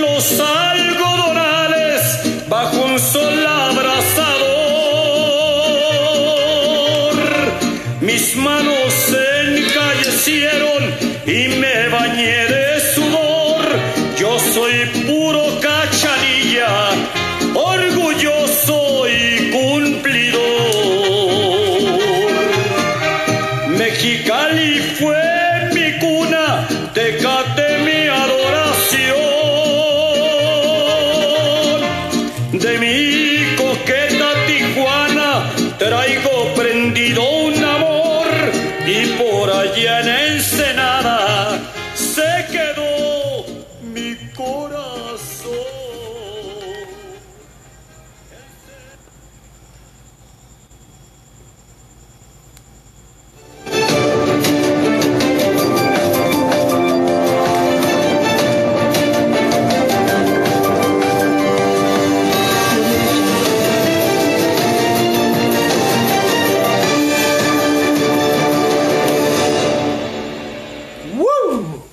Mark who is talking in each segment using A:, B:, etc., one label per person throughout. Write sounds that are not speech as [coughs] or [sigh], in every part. A: los algodonales bajo un sol abrasador. Mis manos se encallecieron y me bañé de sudor. Yo soy puro cachanilla, orgulloso y cumplidor. Mexicali fue mi cuna, Tecate mi adoración. De mi coqueta Tijuana traigo prendido un amor y por allá en Ensenada se quedó mi corazón.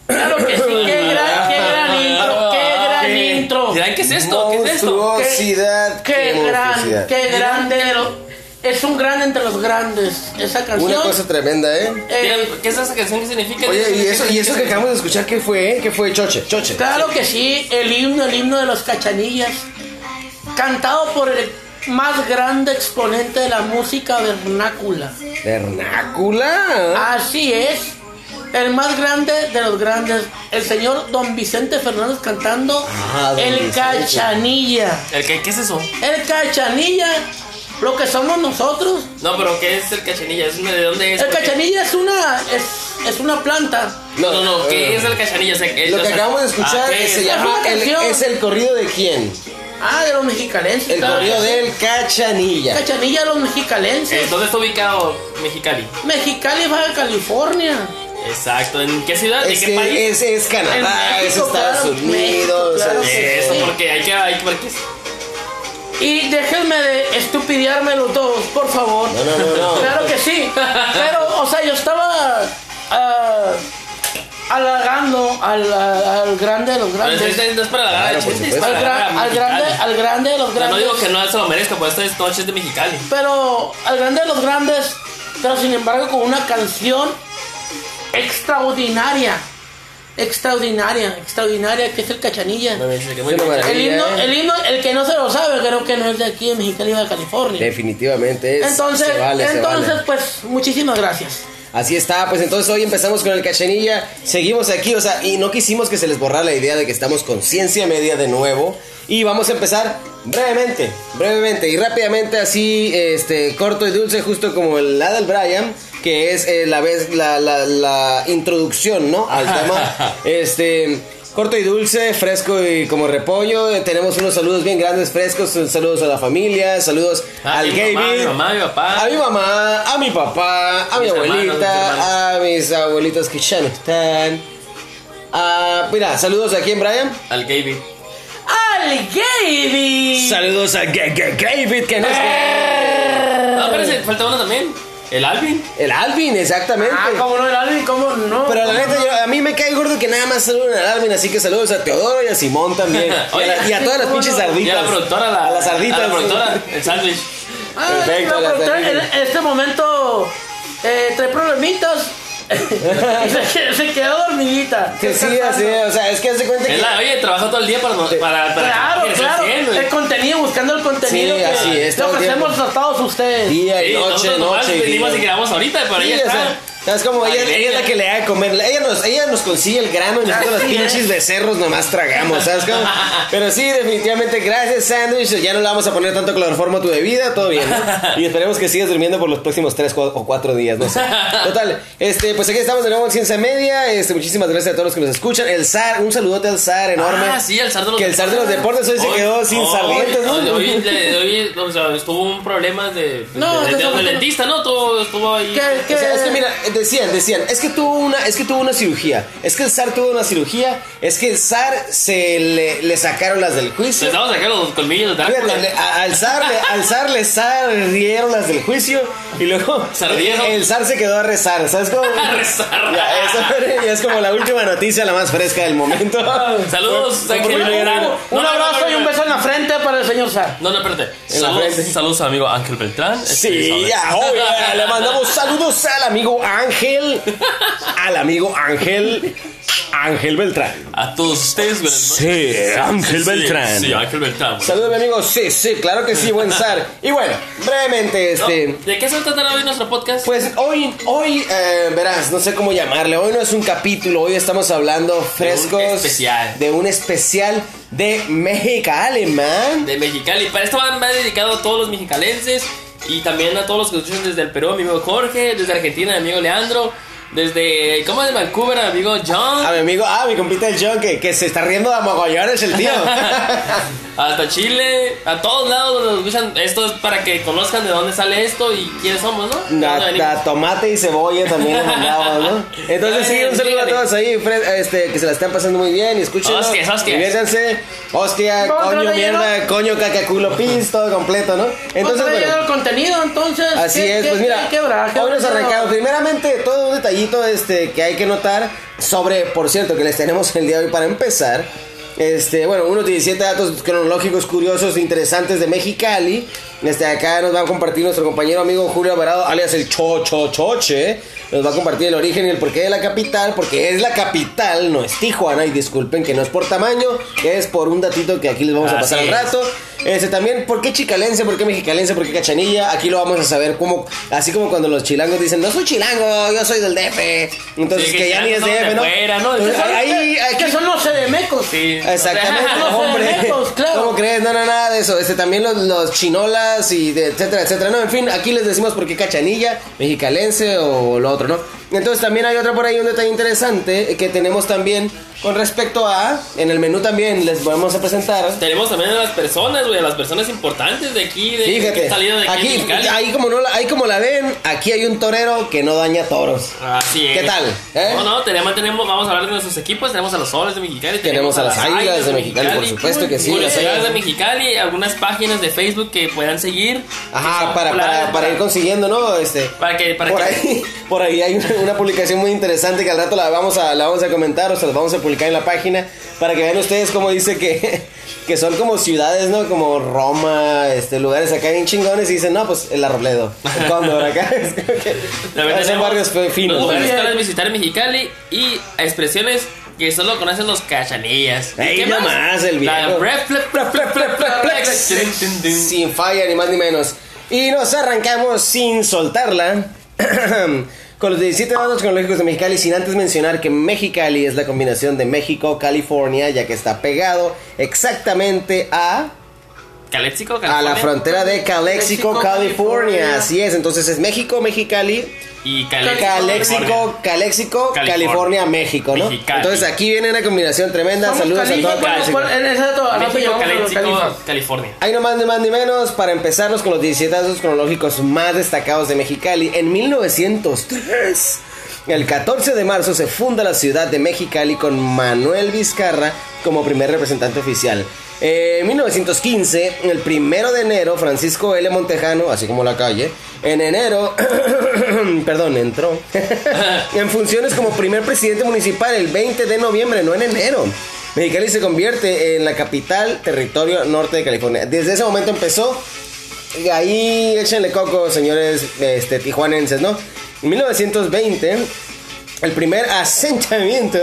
B: Claro que sí, qué gran, qué
C: [laughs]
B: gran intro, qué gran intro.
D: Dirán, ¿qué es esto? ¿Qué es esto?
C: Monstruosidad.
B: Qué gran,
C: monstruosidad.
B: qué grande. de lo- Es un grande entre los grandes. Esa
C: Una
B: canción.
C: cosa tremenda, ¿eh?
B: eh,
D: Dirán, ¿Qué es esa canción? ¿Qué significa?
C: Oye,
D: Dicen,
C: y
D: ¿qué
C: eso, y eso que
D: significa?
C: acabamos de escuchar, ¿qué fue? eh? ¿Qué fue? Choche, choche.
B: claro que sí, el himno, el himno de los cachanillas. Cantado por el más grande exponente de la música vernácula.
C: Vernácula.
B: Así es. El más grande de los grandes, el señor Don Vicente Fernández cantando
C: Ah, don
B: El
C: Vicente.
B: Cachanilla.
D: ¿El qué, ¿Qué es eso?
B: El Cachanilla, lo que somos nosotros.
D: No, pero ¿qué es el cachanilla? ¿Es una- ¿De dónde es?
B: El
D: ¿Por qué?
B: Cachanilla es una es, es una planta.
D: No, no, no, ¿qué es el cachanilla? O sea, el-
C: Lo
D: o
C: que
D: sea,
C: acabamos de escuchar
D: ah, ¿qué
C: se
D: es?
C: llama
B: una
C: el,
B: canción.
C: Es el corrido de quién?
B: Ah, de los mexicalenses.
C: El
B: claro.
C: corrido del Cachanilla.
B: Cachanilla Ah, de los mexicalenses.
D: Eh, ¿Dónde está ubicado Mexicali?
B: Mexicali, Baja California.
D: Exacto, ¿en qué ciudad? ¿En
C: Es,
D: qué país?
C: es, es Canadá,
B: En
C: es
B: México,
C: Estados
B: claro,
C: Unidos.
B: México, claro
C: es-
B: que
D: Eso,
B: sí.
D: porque hay que... Hay, que- porque
B: Y déjenme de estupideármelo todos, por favor.
C: No, no, no, no.
B: Claro que sí. Pero, o sea, yo estaba ah, halagando al, al- al grande de los
D: no, es,
B: grandes.
D: es- no es para la
C: Claro, por
D: gente, es para
C: supuesto.
B: Al,
D: la
B: gran-
D: para
B: al grande,
D: Mexicali.
B: al grande de los
D: O sea, no
B: grandes.
D: digo que no se lo merezca, pues esta es noche de Mexicali.
B: Pero al grande de los grandes, pero sin embargo con una canción extraordinaria. Extraordinaria, extraordinaria, que es el Cachanilla.
D: Muy bien, sí, que muy
C: Qué
D: bien.
C: maravilla.
B: El
C: Sí,
B: himno,
C: eh.
B: el himno, el que no se lo sabe, creo que no es de aquí de Mexicali, Baja California.
C: Definitivamente es.
B: Entonces,
C: se vale, se
B: entonces
C: vale.
B: pues, muchísimas gracias.
C: Así está, pues entonces hoy empezamos con el cachanilla, seguimos aquí, o sea, y no quisimos que se les borrara la idea de que estamos con ciencia media de nuevo. Y vamos a empezar brevemente, brevemente y rápidamente, así, este, corto y dulce, justo como el la del Brian, que es eh, la vez, la, la, la introducción, ¿no? Al tema. Este. Corto y dulce, fresco y como repollo. Eh, Tenemos unos saludos bien grandes, frescos. eh, Saludos a la familia, saludos
D: Ah,
C: al
D: mi
C: gay
D: mamá,
C: Bill.
D: mi mamá, mi papá.
C: A mi mamá, a mi papá, a mi
D: Mis hermanos, mis
C: abuelita, a mis abuelitos que ya no están. Ah, mira, saludos a quién, Brian.
D: Al Gaby.
B: ¡Al Gaby!
C: Saludos a Ga- Ga- David, que no es
D: No, pero se- Ah, falta uno también. El Alvin.
C: El Alvin, exactamente.
B: Ah, ¿cómo no el Alvin? ¿Cómo no?
C: Pero la
B: ¿Cómo
C: neta,
B: no?
C: yo- a mí me cae gordo que nada más saluden al Alvin, así que saludos a Teodoro y a Simón también.
D: [laughs]
C: Y a, la- y a todas las pinches
D: Y
C: sarditas.
D: a la productora, la,
C: a las sarditas.
D: A la productora, el sándwich.
B: Ah,
C: Perfecto,
B: no,
C: la
B: pero
C: tenemos.
B: en, en este momento eh, trae problemitas. [laughs] Y se, que- se quedó dormidita.
C: Que sí, así, o sea, es que hace cuenta que.
D: Es la- oye, trabajó todo el día para. para, para
B: Claro,
D: para-
B: claro.
D: haciendo,
B: El
D: eh.
B: contenido, buscando el contenido
C: Sí,
B: que
C: así es,
B: le
C: todo el
B: ofrecemos a todos ustedes.
C: Día y
D: Sí,
C: noche,
D: nosotros nomás
C: noche y
D: venimos
C: día.
D: y grabamos ahorita, pero
C: Sí,
D: ella
C: o sea,
D: está.
C: es como ella, ella es la que le da de comer, ella nos, ella nos consigue el grano y nosotros los
B: Así es.
C: pinches becerros nomás tragamos, ¿sabes cómo? Pero sí, definitivamente, gracias, sándwich. Ya no le vamos a poner tanto cloroformo a tu bebida, todo bien,
D: [laughs]
C: ¿no? Y esperemos que sigas durmiendo por los próximos tres cua- o cuatro días, no sé. Total, este, pues aquí estamos de nuevo en Ciencia Media. Este, muchísimas gracias a todos los que nos escuchan. El SAR, un saludote al SAR enorme.
D: Ah, sí, el zar de los
C: Que el zar de los deportes hoy se quedó sin sardientes, ¿no?
D: Hoy, hoy, le- hoy, o sea, estuvo un problema de.
B: No,
D: de, de-
B: de-
D: de- del dentista, ¿no? Todo estuvo ahí.
B: Que- que-
C: O sea, es que mira, eh, decían, decían, es que tuvo una, es que tuvo una cirugía, es que el zar tuvo una cirugía, es que el zar se le, le sacaron las del juicio.
D: Les vamos a sacar los colmillos de Drácula.
C: Fíjate, le- a- al zar, le- al zar le sardieron las del juicio y luego
D: Sardieron.
C: el zar se quedó a rezar, ¿sabes cómo?
D: [laughs] A rezar.
C: Ya, esa fue- ya es como la última noticia, la más fresca
D: [laughs]
C: del momento.
D: Saludos,
C: Fue- fue
D: Ángel
C: por-
D: Belgrano.
B: Un
D: No, no,
B: abrazo
D: no, no,
B: y un
D: no.
B: beso en la frente para el señor Sar.
D: No, no, espérate.
C: En la
D: Saludos,
C: frente.
D: saludos a mi amigo Ángel Beltrán. Este,
C: Sí,
D: saludos.
C: ya, oh, ya,
D: [laughs]
C: le mandamos saludos al amigo Ángel, al amigo Ángel, Ángel Beltrán.
D: A todos ustedes, buenas
C: Sí,
D: noches.
C: Ángel
D: Sí,
C: Beltrán.
D: Sí, Ángel Beltrán. güey.
C: Saludos, mi amigo. Sí, sí, claro que sí, buen zar. Y bueno, brevemente,
D: No,
C: este.
D: ¿De qué se tratará hoy nuestro podcast?
C: Pues hoy, hoy, eh, verás, no sé cómo llamarle. Hoy no es un capítulo, hoy estamos hablando frescos.
D: especial.
C: De un especial de México, alemán.
D: de Mexicali. Para esto va, va dedicado a todos los mexicalenses y también a todos los que nos escuchan desde el Perú, mi amigo Jorge, desde Argentina, mi amigo Leandro, desde ¿cómo es de Vancouver, amigo John,
C: A mi amigo, ah, mi compita el John, que, que se está riendo de mogollones
D: [laughs]
C: el tío.
D: [laughs] hasta Chile, a todos lados donde nos escuchan. Esto es para que conozcan de dónde sale esto y quiénes somos, ¿no? ¿De
C: Na-
D: dónde venimos?
C: na- tomate y cebolla también le mandamos, ¿no? Entonces sí, un saludo a todos ahí, fre- este, que se la están pasando muy bien y escuchen.
D: Hostias, hostias.
C: Diviértanse. Hostia,
B: Vamos,
C: coño,
B: relleno.
C: mierda, coño, cacaculo, pis, todo completo, ¿no? Entonces,
B: Entonces,
C: bueno.
B: el contenido, [laughs] entonces.
C: Así
B: ¿qué-
C: es,
B: qué-
C: pues mira,
B: qué- qué habrá? ¿Qué
C: hoy nos
B: habrá?
C: arrancamos. Primeramente, todo un detallito este, que hay que notar sobre, por cierto, que les tenemos el día de hoy para empezar. Este, bueno, unos 17 datos cronológicos curiosos, e interesantes de Mexicali. Este, acá nos va a compartir nuestro compañero amigo Julio Alvarado, alias el Chocho Choche. Nos va a compartir el origen y el porqué de la capital, porque es la capital, no es Tijuana. Y disculpen que no es por tamaño, es por un datito que aquí les vamos a
D: Así
C: pasar al
D: es.
C: rato. Este también, ¿por qué chicalense? ¿Por qué mexicalense? ¿Por qué cachanilla? Aquí lo vamos a saber como, así como cuando los chilangos dicen, no soy chilango, yo soy del DF. Entonces,
D: Sí,
C: que,
D: que
C: ya ni es
D: chilangos son
C: DF,
D: de
C: ¿no?
D: fuera, ¿no?
C: Entonces,
D: Entonces,
C: ahí,
B: Es
C: aquí,
B: que son los sedemecos.
D: Sí. [laughs]
C: Exactamente,
B: Los
C: hombre.
B: elementos, claro.
C: ¿Cómo crees? No, no, nada de eso. Este, también los, los chinolas y de- etcétera, etcétera. No, en fin, aquí les decimos por qué cachanilla, mexicalense o lo otro, ¿no? Entonces también hay otra por ahí, un detalle interesante eh, que tenemos también con respecto a, en el menú también les vamos a presentar.
D: Tenemos también a las personas, güey, a las personas importantes de aquí, de que
C: Fíjate,
D: han salido de aquí, de
C: aquí,
D: Mexicali.
C: ahí como, no la, ahí como la ven, aquí hay un torero que no daña toros.
D: Así es.
C: ¿Qué tal? ¿Eh?
D: No, no, tenemos, tenemos, vamos a hablar de nuestros equipos. Tenemos a los Soles de Mexicali.
C: Tenemos a las Águilas de Mexicali, por supuesto que sí,
D: Muy
C: las
D: bien,
C: Águilas.
D: de Mexicali, algunas páginas de Facebook que puedan seguir. Que
C: Ajá,
D: son
C: para, para,
D: populares,
C: para ir consiguiendo, ¿no? Este,
D: Para que, para
C: por,
D: que-
C: ahí, [laughs] por ahí hay una, una publicación muy interesante que al rato la vamos a, la vamos a comentar o se la vamos a publicar en la página para que vean ustedes cómo dice que, [laughs] que son como ciudades, ¿no? Como Roma, este, lugares acá bien chingones y dicen, no, pues el Arrobledo, el Cóndor, acá. [laughs] Es como que
D: También
C: son
D: tenemos
C: barrios fe- finos.
D: Los
C: ¿no?
D: lugares
B: Muy
D: que
B: bien.
D: puedes visitar en Mexicali y expresiones que solo conocen los cachanillas. ¿Y
C: Ey,
D: qué
C: no más, el
D: La
C: viejo.
D: bref, bref, bref, bref, bref, bref,
C: [laughs]
D: bref. Tin, tin, tin.
C: Sin falla, ni más ni menos. Y nos arrancamos sin soltarla. [clears throat] Con los 17 datos cronológicos de Mexicali, sin antes mencionar que Mexicali es la combinación de México, California, ya que está pegado exactamente a,
D: Caléxico,
C: a la
D: California.
C: frontera de Calexico,
B: Calexico,
C: California.
B: California.
C: Así es, entonces es México, Mexicali,
D: Y Caléxico.
C: Calexico, Calexico, California, México, ¿no?
D: Mexicali.
C: Entonces aquí viene una combinación tremenda.
B: Somos
C: Saludos a
B: Califa,
C: todos.
B: ¿cuál- cuál- En ese dato, al rato
D: México,
B: llegamos a los
D: Caléxico,
B: Califas.
D: California.
C: Ahí nomás ni más ni menos, para empezarnos con los 17 datos cronológicos más destacados de Mexicali, en 1903, el 14 de marzo se funda la ciudad de Mexicali con Manuel Vizcarra como primer representante oficial. Eh, En 1915, el primero de enero, Francisco L. Montejano, así como la calle, en enero, [coughs] perdón, entró [laughs] en funciones como primer presidente municipal el 20 de noviembre, no en enero. Mexicali se convierte en la capital territorio norte de California. Desde ese momento empezó. Y ahí échenle coco, señores este, tijuanenses, ¿no? En 1920, el primer asentamiento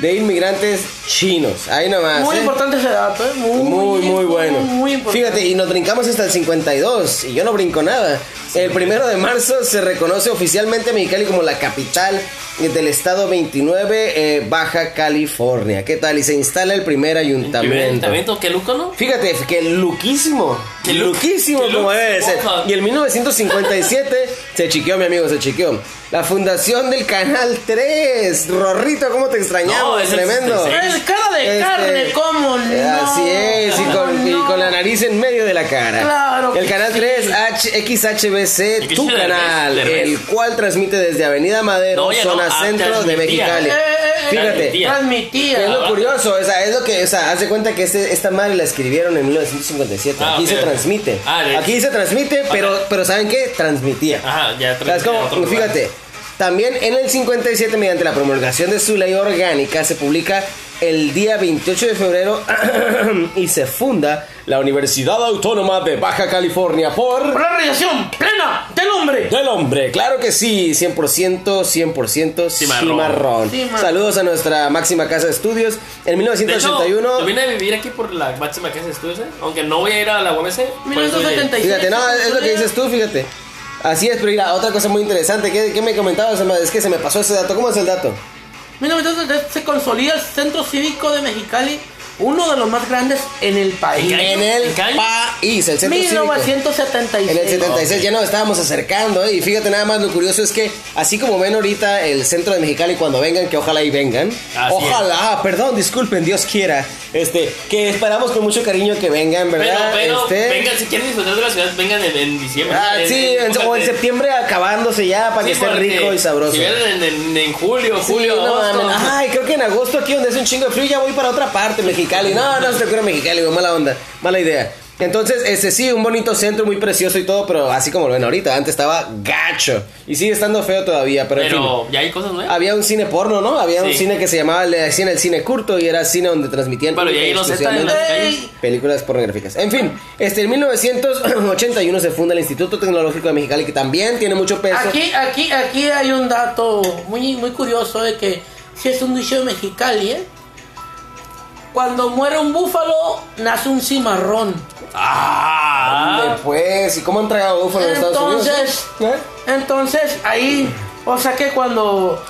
C: de inmigrantes chinos. Ahí nomás.
B: Muy
C: ¿eh?
B: importante ese dato, ¿eh? Muy,
C: Muy, muy bueno.
B: Muy importante.
C: Fíjate, y nos brincamos hasta el 52, y yo no brinco nada. El primero de marzo se reconoce oficialmente a Mexicali como la capital del estado 29, eh, Baja California. ¿Qué tal? Y se instala el primer ayuntamiento.
D: Ayuntamiento, qué luco, ¿no?
C: Fíjate, que luquísimo.
D: Qué lu-
C: luquísimo
D: qué
C: como
D: lux,
C: debe de ser.
D: ojo.
C: Y en 1957 se chiqueó, mi amigo, se chiqueó. La fundación del Canal 3. Rorrito, ¿cómo te extrañamos?
D: Todo es el
C: tremendo.
D: 66.
B: Es cara de
C: Este,
B: carne, ¿cómo no?
C: Así es, y con, y
B: ¿Cómo no?
C: con la nariz en medio de la cara.
B: Claro que
C: El canal
B: sí.
C: 3 H- XHBC, tu
D: XHBC,
C: canal,
D: de res.
C: el cual transmite desde Avenida Madero,
D: No, ya no,
C: zona
D: ah,
C: centro de
D: transmitía.
C: Mexicali.
B: Eh, eh, eh,
C: Fíjate,
D: transmitía.
C: es
D: Ah,
B: Transmitía.
C: lo curioso, o sea, es lo que, o sea, haz de cuenta que este- esta madre la escribieron en 1957.
D: Ah,
C: aquí
D: ok,
C: se
D: ok.
C: transmite.
D: Ah, de-
C: aquí se transmite, pero, pero ¿saben qué? Transmitía.
D: Ajá, ya
C: O sea, es como-
D: en otro lugar.
C: fíjate, también en el 57, mediante la promulgación de su ley orgánica, se publica el día 28 de febrero [clears throat] y se funda la Universidad Autónoma de Baja California por...
B: Una radiación plena del hombre.
C: Del hombre, claro que sí, 100%, 100% cimarrón.
D: Cimarrón.
B: Cimarrón.
C: Saludos a nuestra máxima casa de estudios. En
D: De hecho,
C: 1981...
D: yo vine a vivir aquí por la máxima casa de estudios, ¿eh? aunque no voy a ir a la UMC. por eso vine.
B: 1976.
C: Fíjate, no, es lo que dices tú, fíjate. Así es, pero mira, otra cosa muy interesante, ¿qué, qué me comentabas? Es que se me pasó ese dato. ¿Cómo es el dato?
B: 1973 se consolida el Centro Cívico de Mexicali, uno de los más grandes en el país.
D: ¿En qué año?
C: En el
D: ¿En qué año?
C: país, el centro cívico. En el
B: 1976.
C: 76 ya nos estábamos acercando ¿eh? y fíjate nada más lo curioso es que así como ven ahorita el centro de Mexicali cuando vengan, que ojalá y vengan,
D: Así
C: ojalá, ah, perdón, disculpen, Dios quiera, este, que esperamos con mucho cariño que vengan,
D: Pero,
C: ¿verdad?
D: pero,
C: Este,
D: vengan, si quieren disfrutar de la ciudad, vengan en, en diciembre.
C: ah, sí, en- o en
D: épocas de-
C: septiembre acabándose ya para que
D: Sí,
C: esté
D: porque
C: rico y sabroso.
D: Si vienen en, en- en julio,
C: Sí,
D: julio,
C: no
D: agosto.
C: mames. Ay, creo que en agosto aquí donde es un chingo de frío ya voy para otra parte, Mexicali. No, no se cura Mexicali, güey, mala onda, mala idea. Entonces, este sí, un bonito centro muy precioso y todo, pero así como lo ven ahorita, antes estaba gacho y sigue estando feo todavía, pero, en fin.
D: pero ya hay cosas nuevas.
C: Había un cine porno, ¿no? Había un
D: Sí.
C: cine que se llamaba le decían el cine curto y era cine donde transmitían
D: Bueno, y ahí
C: única y
D: los Z en las
C: exclusivamente
D: calles.
C: películas pornográficas. En fin, este en 1981 se funda el Instituto Tecnológico de Mexicali que también tiene mucho peso.
B: Aquí, aquí, aquí hay un dato muy, muy curioso de que si es un dicho de Mexicali, ¿eh? Cuando muere un búfalo, nace un cimarrón.
D: Ah,
C: Después, pues? ¿y cómo han tragado búfalo en Estados Unidos?
B: Entonces-
C: ¿Eh?
B: Entonces, ahí, o sea que cuando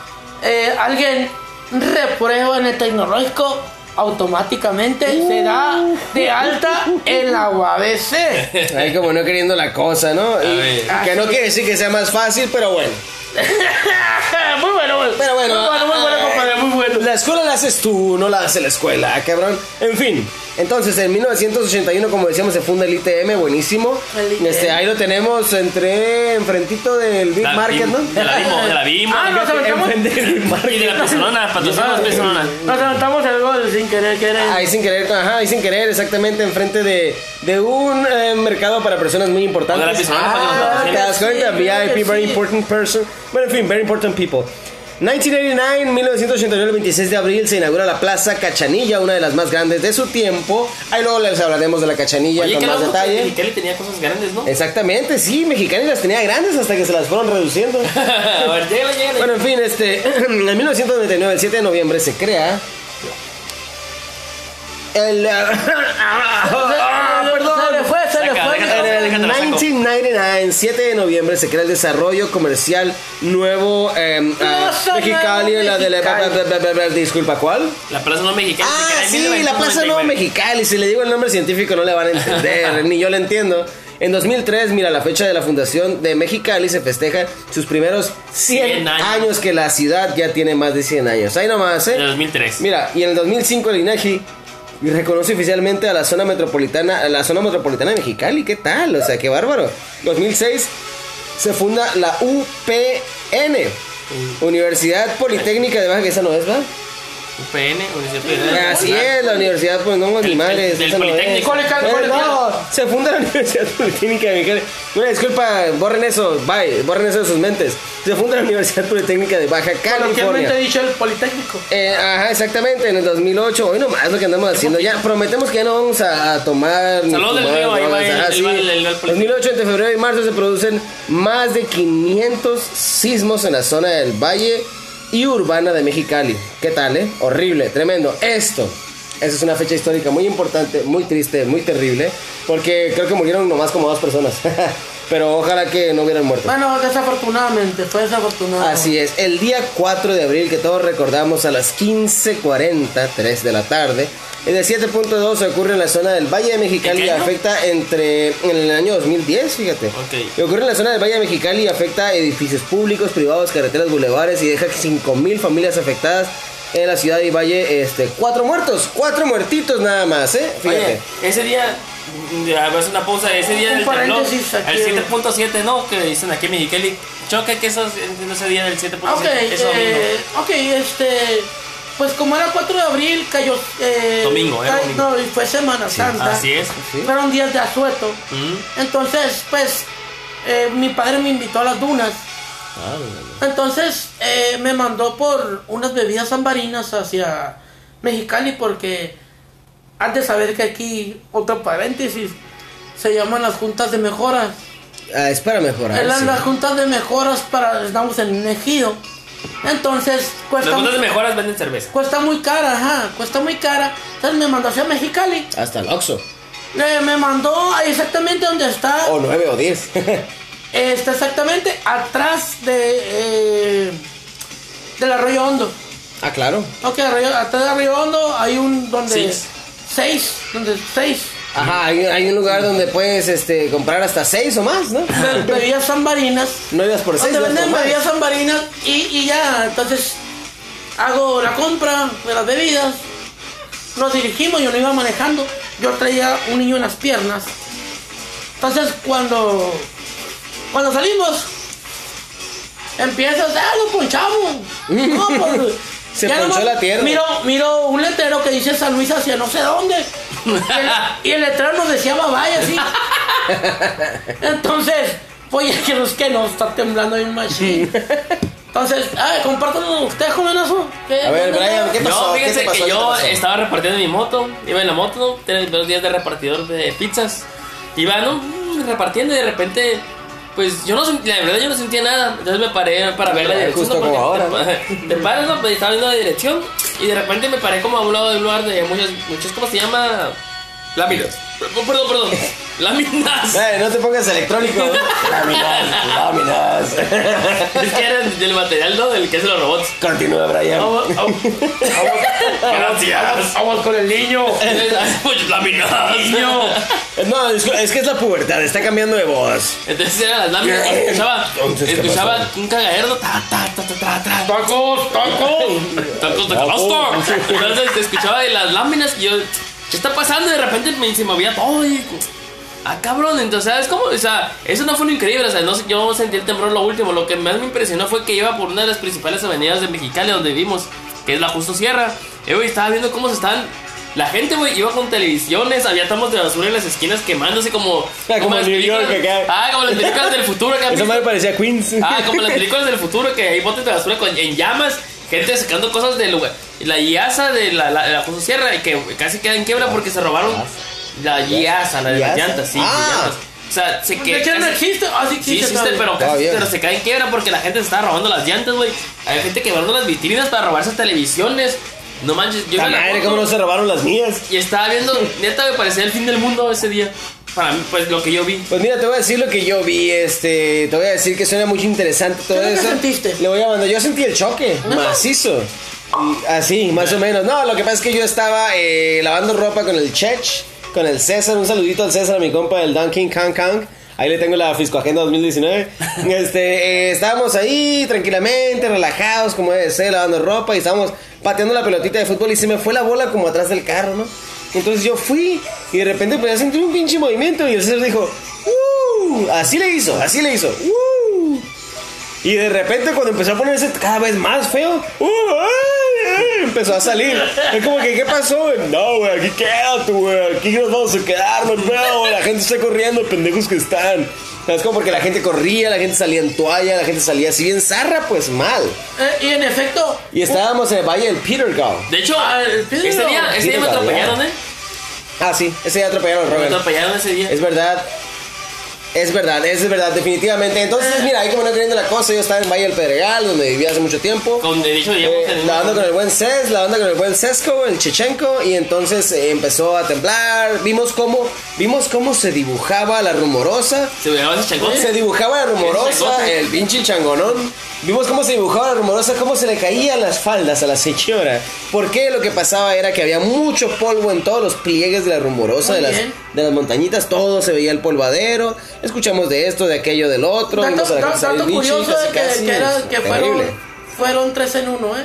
B: eh, alguien reprueba en el tecnológico, automáticamente se da de alta en la
C: [laughs]
B: UABC.
C: ¿Eh? Ahí como no queriendo la cosa, ¿no? Y
D: ver.
C: que no quiere decir que sea más fácil, pero bueno.
B: [laughs] muy bueno, bueno.
C: Pero bueno.
B: Muy bueno, muy bueno,
C: ay,
B: compadre, muy bueno.
C: La escuela la haces tú, no la hace la escuela, cabrón. En fin. Entonces, en 1981, como decíamos, se funda el ITM, buenísimo.
B: El ITM.
C: Este, ahí lo tenemos entre enfrentito del Big
D: la
C: Market,
D: vimos,
C: ¿no?
D: De
B: [laughs]
D: la vimos, de la
C: [laughs]
D: vimos.
B: Ah, no, se me acabó.
C: Enfrente del
D: Y
C: Big
D: de la
C: Market.
D: Barcelona, patrocinamos Barcelona.
B: Nos levantamos el gol sin querer, querer.
C: Ahí sin querer, ajá, ahí sin querer, exactamente, enfrente de, de un eh, mercado para personas muy importantes.
D: Ahora la persona para los
C: ah, te
D: patrocinadores.
C: das cuenta,
B: Sí, claro que
C: VIP, very
B: sí.
C: important person. Bueno, en fin, very important people. 1989, 1989, el 26 de abril se inaugura la Plaza Cachanilla, una de las más grandes de su tiempo. Ahí luego les hablaremos de la Cachanilla
D: Oye,
C: con
D: qué
C: más
D: loco que
C: detalle.
D: Mexicali tenía cosas grandes, ¿no?
C: Exactamente, sí, Mexicali las tenía grandes hasta que se las fueron reduciendo.
D: [laughs] [laughs] a ver, llegale, llegale.
C: Bueno, en fin, este, [clears throat] en 1999, el 7 de noviembre, se crea. El. [coughs] ah, perdón.
B: Se le fue, se le
D: Saca,
B: fue.
D: déjate.
C: En el 1999, 7 de noviembre, se crea el desarrollo comercial nuevo eh, ah,
B: Plaza
C: Mexicali,
B: Nueva
C: la de la-
B: Mexicali.
C: bla, bla, bla, bla, Disculpa, ¿cuál?
D: la Plaza No Mexicana. se
C: Ah,
D: queda en
C: sí, la Plaza Nueva
D: 1999.
C: Mexicali. Si le digo el nombre científico no le van a
D: [laughs]
C: entender, ni yo lo entiendo. En 2003, mira, la fecha de la fundación de Mexicali se festeja sus primeros 100,
D: 100
C: años.
D: años.
C: que la ciudad ya tiene más de 100 años. Ahí nomás,
D: En el
C: ¿eh?
D: 2003.
C: Mira, y en el 2005 el INAGI reconoce oficialmente a la zona metropolitana, a la zona metropolitana de Mexicali. ¿Qué tal? O sea, qué bárbaro. 2006 se funda la UPN.
D: Mm.
C: Universidad Politécnica de Baja, que esa no es, ¿verdad?
D: UPN, Universidad Federal.
C: Así es, la universidad, pues no, ni
D: El-
C: madres.
D: del
C: esa no es.
D: Politécnico.
B: Colecal,
C: Eh,
B: colecal.
C: no, se funda la [laughs] Universidad Politécnica de Mexicali. Una disculpa, borren eso, bye, borren eso de sus mentes. Se funda la Universidad Politécnica de Baja
B: Coloquialmente
C: California.
B: dicho el Politécnico.
C: Eh, ajá, exactamente, en el 2008, hoy nomás lo que andamos haciendo. Ya prometemos que ya no vamos a, a tomar. ni
D: Saludos del
C: fumar,
D: río, ahí
C: drogas,
D: va el-
C: ajá,
D: ahí
C: ah, sí.
D: va el- el- el Politécnico.
C: 2008, entre febrero y marzo, se producen más de 500 sismos en la zona del Valle y Urbana de Mexicali. ¿Qué tal, eh? Horrible, tremendo. Esto, esa es una fecha histórica muy importante, muy triste, muy terrible, porque creo que murieron nomás como dos personas. [laughs] Pero ojalá que no hubieran muerto.
B: Bueno, desafortunadamente, fue desafortunado.
C: Así es, el día 4 de abril que todos recordamos a las 15:40, 3 de la tarde, el de 7.2 ocurre en la zona del Valle de Mexicali
D: ¿En
C: y
D: qué año?
C: afecta entre en el año 2010, fíjate.
D: Ok.
C: Y ocurre en la zona del Valle de Mexicali y afecta a edificios públicos, privados, carreteras, bulevares y deja 5000 familias afectadas en la ciudad de Valle, este, cuatro muertos, cuatro muertitos nada más, ¿eh? Fíjate.
D: Oye, ese día, mm, ya, voy a hacer una pausa, ese día
B: Un
D: del temblor, el
B: paréntesis aquí.
D: 7.7, no, que dicen aquí en Mexicali, choca que esos, ese día del 7.7,
B: Ok,
D: ese
B: eh, ok, este. Pues como era 4 de abril, cayó. eh,
D: Domingo, era
B: cay-
D: domingo.
B: No, y fue Semana
D: domingo.
B: Santa.
D: Así es.
B: Fueron días de asueto.
D: Mm.
B: Entonces, pues, eh, mi padre me invitó a las dunas. Entonces, eh, me mandó por unas bebidas zambarinas hacia Mexicali porque has de saber que aquí, otro paréntesis, se llaman las juntas de mejoras.
C: Ah, es para mejorar.
B: Eran
C: sí.
B: las juntas de mejoras para, estamos en un ejido. Entonces,
D: Las
B: cuesta,
D: puntas de mejoras venden cerveza.
B: cuesta muy cara, ajá, cuesta muy cara. Entonces me mandó hacia Mexicali.
C: Hasta el Oxxo.
B: Eh, me mandó exactamente donde está
C: O nueve o diez. [laughs]
B: Está exactamente atrás de eh, del arroyo hondo.
C: ah, claro.
B: Ok, arroyo- atrás del arroyo hondo hay un donde
D: Six.
B: seis, donde seis
C: Ajá, hay, hay un lugar donde puedes este, comprar hasta seis o más,
B: [laughs]
C: ¿no?
B: be- bebidas zambarinas.
C: No ibas por seis,
B: Donde
C: ibas por
B: venden
C: más.
B: bebidas zambarinas y, y ya, entonces hago la compra de las bebidas. Nos dirigimos, yo no iba manejando, yo traía un niño en las piernas. Entonces cuando cuando salimos empieza, ah, lo
C: [laughs]
B: ponchamos. No, pues,
C: Se
B: ya
C: ponchó la tierra.
B: Miro, miro un letrero que dice San Luis hacia no sé dónde. Y
D: [laughs]
B: el, y el letrero nos decía vaya así. Entonces, oye, que los que no, está temblando bien machín. Entonces, ah, compártanlo usted, jovenazo. ¿Qué-
C: A ver,
B: dónde
C: Brian,
B: anda?
C: ¿qué pasó?
D: No,
C: ¿Qué te
D: fíjense
C: pasó?
D: que
C: ¿Qué te
D: yo
C: pasó?
D: estaba repartiendo mi moto, iba en la moto, ¿no? Tenía dos días de repartidor de pizzas. Iba, ¿no? Mm, Repartiendo y de repente, pues yo no sent- la verdad yo no sentía nada. Entonces me paré para ver la
C: Ah,
D: dirección.
C: justo
D: ¿no? Porque
C: como
D: te-
C: ahora,
D: Te paras, ¿no? Pues, estaba viendo la dirección y de repente me paré como a un lado de un lugar de muchas, muchas ¿cómo se llama? Láminas. Perdón, perdón, perdón.
C: [laughs]
D: Láminas.
C: Eh, no te pongas electrónico. láminas, láminas.
D: Es
C: [laughs]
D: que eran del material, ¿no? Del que es de los robots.
C: Continúa, Brian.
D: Gracias.
B: Aguas con el niño.
D: Muchas láminas.
C: No, es, es que es la pubertad, está cambiando de voz.
D: Entonces eran las láminas. Escuchaba,
C: eh, Entonces, ¿qué
D: escuchaba
C: pasó?
D: un cagadero. Ta, ta, ta, ta, ta, ta.
B: Tacos, tacos.
D: Tacos de canasta. Entonces te escuchaba de las láminas y yo, ¿qué está pasando? Y de repente me, se movía todo y, Ah, cabrón, entonces, ¿sabes cómo? O sea, eso no fue lo increíble, o sea, no, sé, yo no sentí el temblor lo último, lo que más me impresionó fue que iba por una de las principales avenidas de Mexicali donde vivimos, que es la Justo Sierra. Eh, güey, estaba viendo cómo se están... La gente, güey, iba con televisiones, había tambos de basura en las esquinas quemándose como...
C: Ah, como
D: las
C: en New York
D: películas-
C: acá.
D: Ah, como las películas del futuro acá.
C: Esa madre parecía Queens.
D: Ah, como
C: [laughs]
D: las películas del futuro que hay botes de basura con- en llamas, gente sacando cosas del lugar. La guiaza de la, la, la José Sierra que casi queda en quiebra porque se robaron la guiaza, la de las
C: Guiaza.
D: llantas, sí,
C: Ah.
D: llantas. O sea, se
B: Pues ¿De
D: que
B: qué no
D: casi-
B: existe? Ah, sí
D: Sí,
B: existe.
D: existe,
B: todavía.
D: pero,
C: Está
D: casi-
C: bien.
D: pero se cae en quiebra porque la gente se está robando las llantas, güey. Hay gente quebrando las vitrinas para robarse televisiones. No manches, yo
C: La
D: iba en la
C: madre,
D: moto
C: ¿cómo no se robaron las mías?
D: y estaba viendo, neta me parecía el fin del mundo ese día. Para mí, pues lo que yo vi.
C: Pues mira, te voy a decir lo que yo vi, este, te voy a decir que suena muy interesante todo
B: ¿Qué es lo que
C: eso.
B: sentiste?
C: Le voy a mandar, yo sentí el choque, macizo. Y Así, más o menos. No, lo que pasa es que yo estaba eh, lavando ropa con el Chech, con el César, un saludito al César, a mi compa del Dunkin' Kang Kang. Ahí le tengo la Fisco Agenda 2019. Este, eh, estábamos ahí tranquilamente, relajados, como debe ser, lavando ropa y estábamos pateando la pelotita de fútbol y se me fue la bola como atrás del carro, ¿no? Entonces yo fui y de repente empecé a sentir un pinche movimiento y el César dijo, ¡Uh! Así le hizo, así le hizo, ¡Uh! Y de repente cuando empezó a ponerse cada vez más feo, ¡uh! ¡ay! ¡ay! empezó a salir. Es como que, ¿qué pasó? güey? No, güey, aquí quédate, güey. Aquí nos vamos a quedar, no hay pedo, güey. La gente está corriendo, pendejos que están. Es como porque la gente corría, la gente salía en toalla, la gente salía así bien zarra, pues mal.
B: Eh, y en efecto.
C: Y estábamos en el Valle del Petergau.
D: De hecho,
C: Ah,
B: Pedro.
D: ese día, ese día me
C: Pedro,
D: atropellaron,
C: ya.
D: ¿eh?
C: Ah, sí, ese día atropellaron a
D: Me
C: Robert.
D: atropellaron ese día.
C: Es verdad. Es verdad, es verdad, definitivamente. Entonces, mira, ahí como no creyendo la cosa, yo estaba en Valle del Pedregal, donde vivía hace mucho tiempo.
D: Con, de hecho, digamos,
C: Eh,
D: en
C: la
D: un-
C: banda con el buen Ces, la banda con el buen Sesco, el Chechenko, y entonces eh, empezó a temblar. Vimos cómo, vimos cómo se dibujaba la rumorosa.
D: Se me ese changón.
C: Se dibujaba la rumorosa,
D: changote.
C: el pinche changonón. Vimos cómo se dibujaba la rumorosa, cómo se le caían las faldas a la señora. Porque lo que pasaba era que había mucho polvo en todos los pliegues de la rumorosa,
B: Muy
C: de las,
B: bien.
C: de las montañitas, todo se veía el polvadero. Escuchamos de esto, de aquello, del otro.
B: Dato,
C: vimos a la
B: da-
C: casa de
B: dato
C: Vinci,
B: curioso
C: casi,
B: es que,
C: casi,
B: que era-
C: es
B: que
C: terrible.
B: fueron, fueron tres en uno, ¿eh?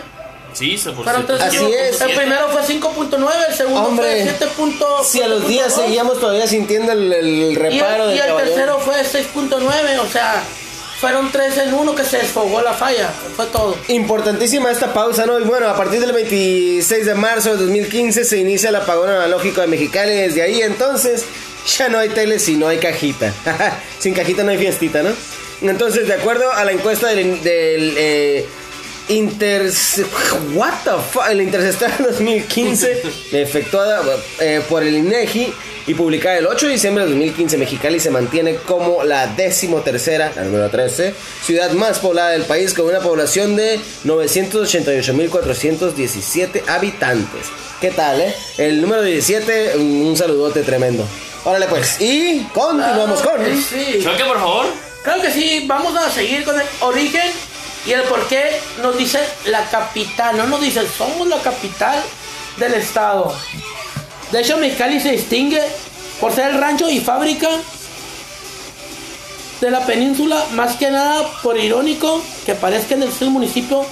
D: macizo, por
B: Pero
D: cierto.
B: entonces,
C: Así
B: yo-
C: es.
B: El primero fue 5.9, el segundo
C: Hombre,
B: fue 7.9.
C: Si a los días seguíamos todavía sintiendo el, el
B: Y el,
C: reparo
B: y
C: del
B: el
C: caballón.
B: tercero fue 6.9, o sea, fueron tres en uno que se desfogó la falla, fue todo.
C: Importantísima esta pausa, ¿no? Y bueno, a partir del 26 de marzo de 2015 se inicia el apagón analógico de Mexicali. Desde ahí entonces ya no hay tele si no hay cajita. [laughs] Sin cajita no hay fiestita, ¿no? Entonces, de acuerdo a la encuesta del... del, eh, Inter... What the fuck? El Intercestar [laughs] 2015, efectuada eh, por el INEGI y publicada el 8 de diciembre de 2015, Mexicali se mantiene como la decimotercera, la número 13, ciudad más poblada del país con una población de 988.417 habitantes. ¿Qué tal, eh? El número 17, un un saludote tremendo. Órale pues, y continuamos con...
B: Sí, sí.
D: Choque, por favor.
B: Claro que sí, vamos a seguir con el origen y el por qué nos dice la capital, no nos dice somos la capital del estado. De hecho, Mexicali se distingue por ser el rancho y fábrica de la península, más que nada por irónico que parezca en el sur del municipio,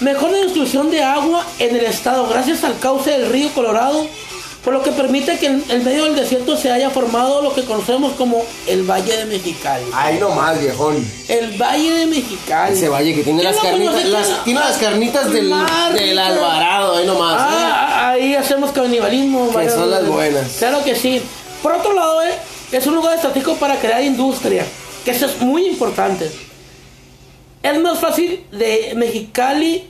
B: mejor la distribución de agua en el estado gracias al cauce del río Colorado, por lo que permite que en el medio del desierto se haya formado lo que conocemos como el Valle de Mexicali.
C: Ay, nomás, viejón.
B: El Valle de Mexicali.
C: Ese valle que tiene
B: ¿Quién no
C: las carnitas,
B: conoce
C: las,
B: quién-
C: tiene las carnitas del,
B: Mar-
C: del Alvarado, ahí nomás. ¿eh?
B: Ah, ahí hacemos canibalismo. varias
C: son las
B: veces.
C: buenas.
B: Claro que sí. Por otro lado, eh, es un lugar estratégico para crear industria, que eso es muy importante. Es más fácil de Mexicali,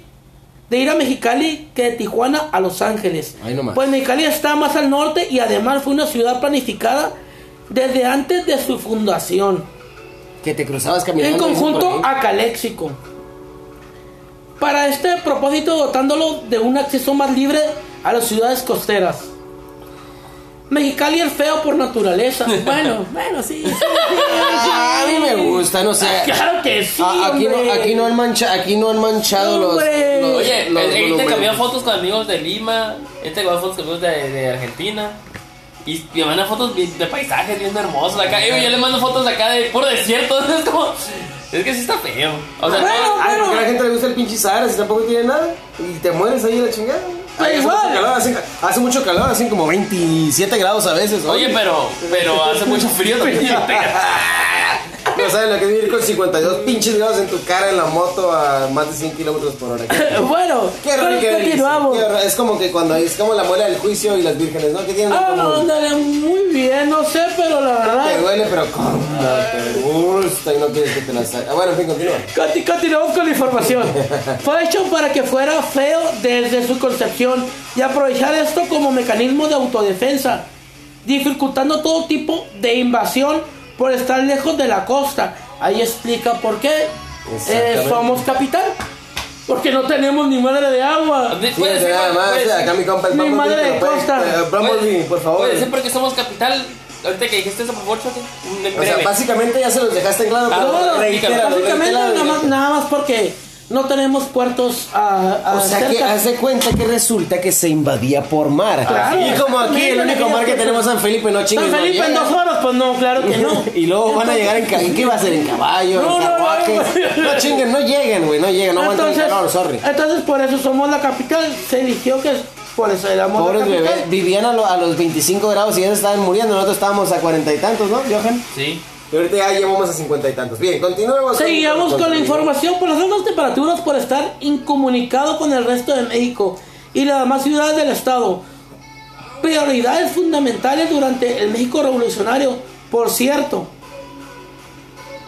B: de ir a Mexicali que de Tijuana a Los Ángeles.
C: Ahí nomás.
B: Pues Mexicali está más al norte y además fue una ciudad planificada desde antes de su fundación.
C: Que te cruzabas caminando.
B: En
C: así
B: conjunto
C: por ahí.
B: a Caléxico. Para este propósito, dotándolo de un acceso más libre a las ciudades costeras. Mexicali el feo por
C: [laughs]
B: naturaleza. Bueno, bueno, sí. sí, sí,
C: Ah, a
B: sí.
C: mí me gusta, [laughs] no sé.
B: Claro que sí.
C: Ah, aquí, no,
B: hombre.
C: aquí, no han mancha, aquí no han manchado los,
B: Hombre.
C: los-
D: Oye,
C: los
D: él- él te
C: monumentos.
D: cambió fotos con amigos de Lima, él te cambió fotos con amigos de, de Argentina. Y me manda fotos bien- de paisajes bien hermosos acá. Eh, yo le mando fotos acá de puro desierto. [laughs] Es como. Es que sí está feo. O sea,
B: Bueno,
D: no-
C: Ay, porque a
B: bueno.
C: la gente le gusta el pinche Sahara si tampoco tiene nada. Y te mueres ahí la chingada.
B: Pero
C: Ay, hace
B: igual.
C: mucho calor, hace, hace mucho calor, hacen como 27 grados a veces.
D: oye, pero, pero hace mucho frío
C: [laughs]
D: también.
C: No saben lo que es vivir con 52 pinches grados en tu cara en la moto a más de 100 kilómetros por [laughs] hora.
B: [laughs] Bueno,
C: Qué
B: con-
C: rico, qué delicia.
B: continuamos.
C: Qué horror. Es como que cuando es como la muela del juicio y las vírgenes, ¿no? Que tienen en
B: Ah, no,
C: común?
B: ándale, muy bien, no sé, pero la
C: Te
B: verdad.
C: duele, pero como te gusta y no quieres que te la saque. Ah, bueno, en fin, continúa.
B: Conti- Continuamos con la información. Fue hecho para que fuera feo desde su concepción y aprovechar esto como mecanismo de autodefensa, dificultando todo tipo de invasión por estar lejos de la costa. Ahí explica por qué
C: Exactamente.
B: eh, somos capital. Porque no tenemos ni madre de agua.
D: Puede
C: Sí,
D: ser,
C: nada más,
D: puede
C: o sea,
D: ser.
C: acá mi compa el
B: Mi
C: Bumblebee,
B: madre
C: que
B: de
C: lo puede-
B: costa.
C: eh, Bumblebee, por favor.
D: Puede ser porque somos capital. Ahorita que dijiste eso, por favor, choque. Un
C: O sea,
D: breve.
C: básicamente ya se los dejaste en claro,
D: Ah,
C: pero
B: Todos,
C: reitéralo,
B: básicamente
C: reitéralo,
B: nada más,
C: reitéralo.
B: nada más porque no tenemos puertos a, a
C: O sea que
B: cerca.
C: hace cuenta que resulta que se invadía por mar.
B: Claro. pues,
C: y como aquí el único mar que tenemos San Felipe no chingues.
B: San
C: no
B: Felipe en
C: llega.
B: dos horas, pues no, claro que no.
C: [laughs] Y luego van a llegar en caballo. ¿Qué va a ser? ¿En caballo?
B: No,
C: ¿En
B: no,
C: carruajes?
B: no,
C: No,
B: no.
C: chinguen, no lleguen, güey. No lleguen, no aguantan el
B: entonces, eh,
C: calor, sorry.
B: entonces por eso somos la capital. Se eligió que por eso éramos
C: Pobres
B: la capital.
C: bebés, vivían a, lo- a los 25 grados y ellos estaban muriendo. Nosotros estábamos a cuarenta y tantos, ¿no, Johan?
D: Sí.
C: Y ahorita ya llevamos a cincuenta y tantos. Bien, continuemos.
B: Seguimos con la información por las altas temperaturas por estar incomunicado con el resto de México y las demás ciudades del estado. Prioridades fundamentales durante el México revolucionario, por cierto.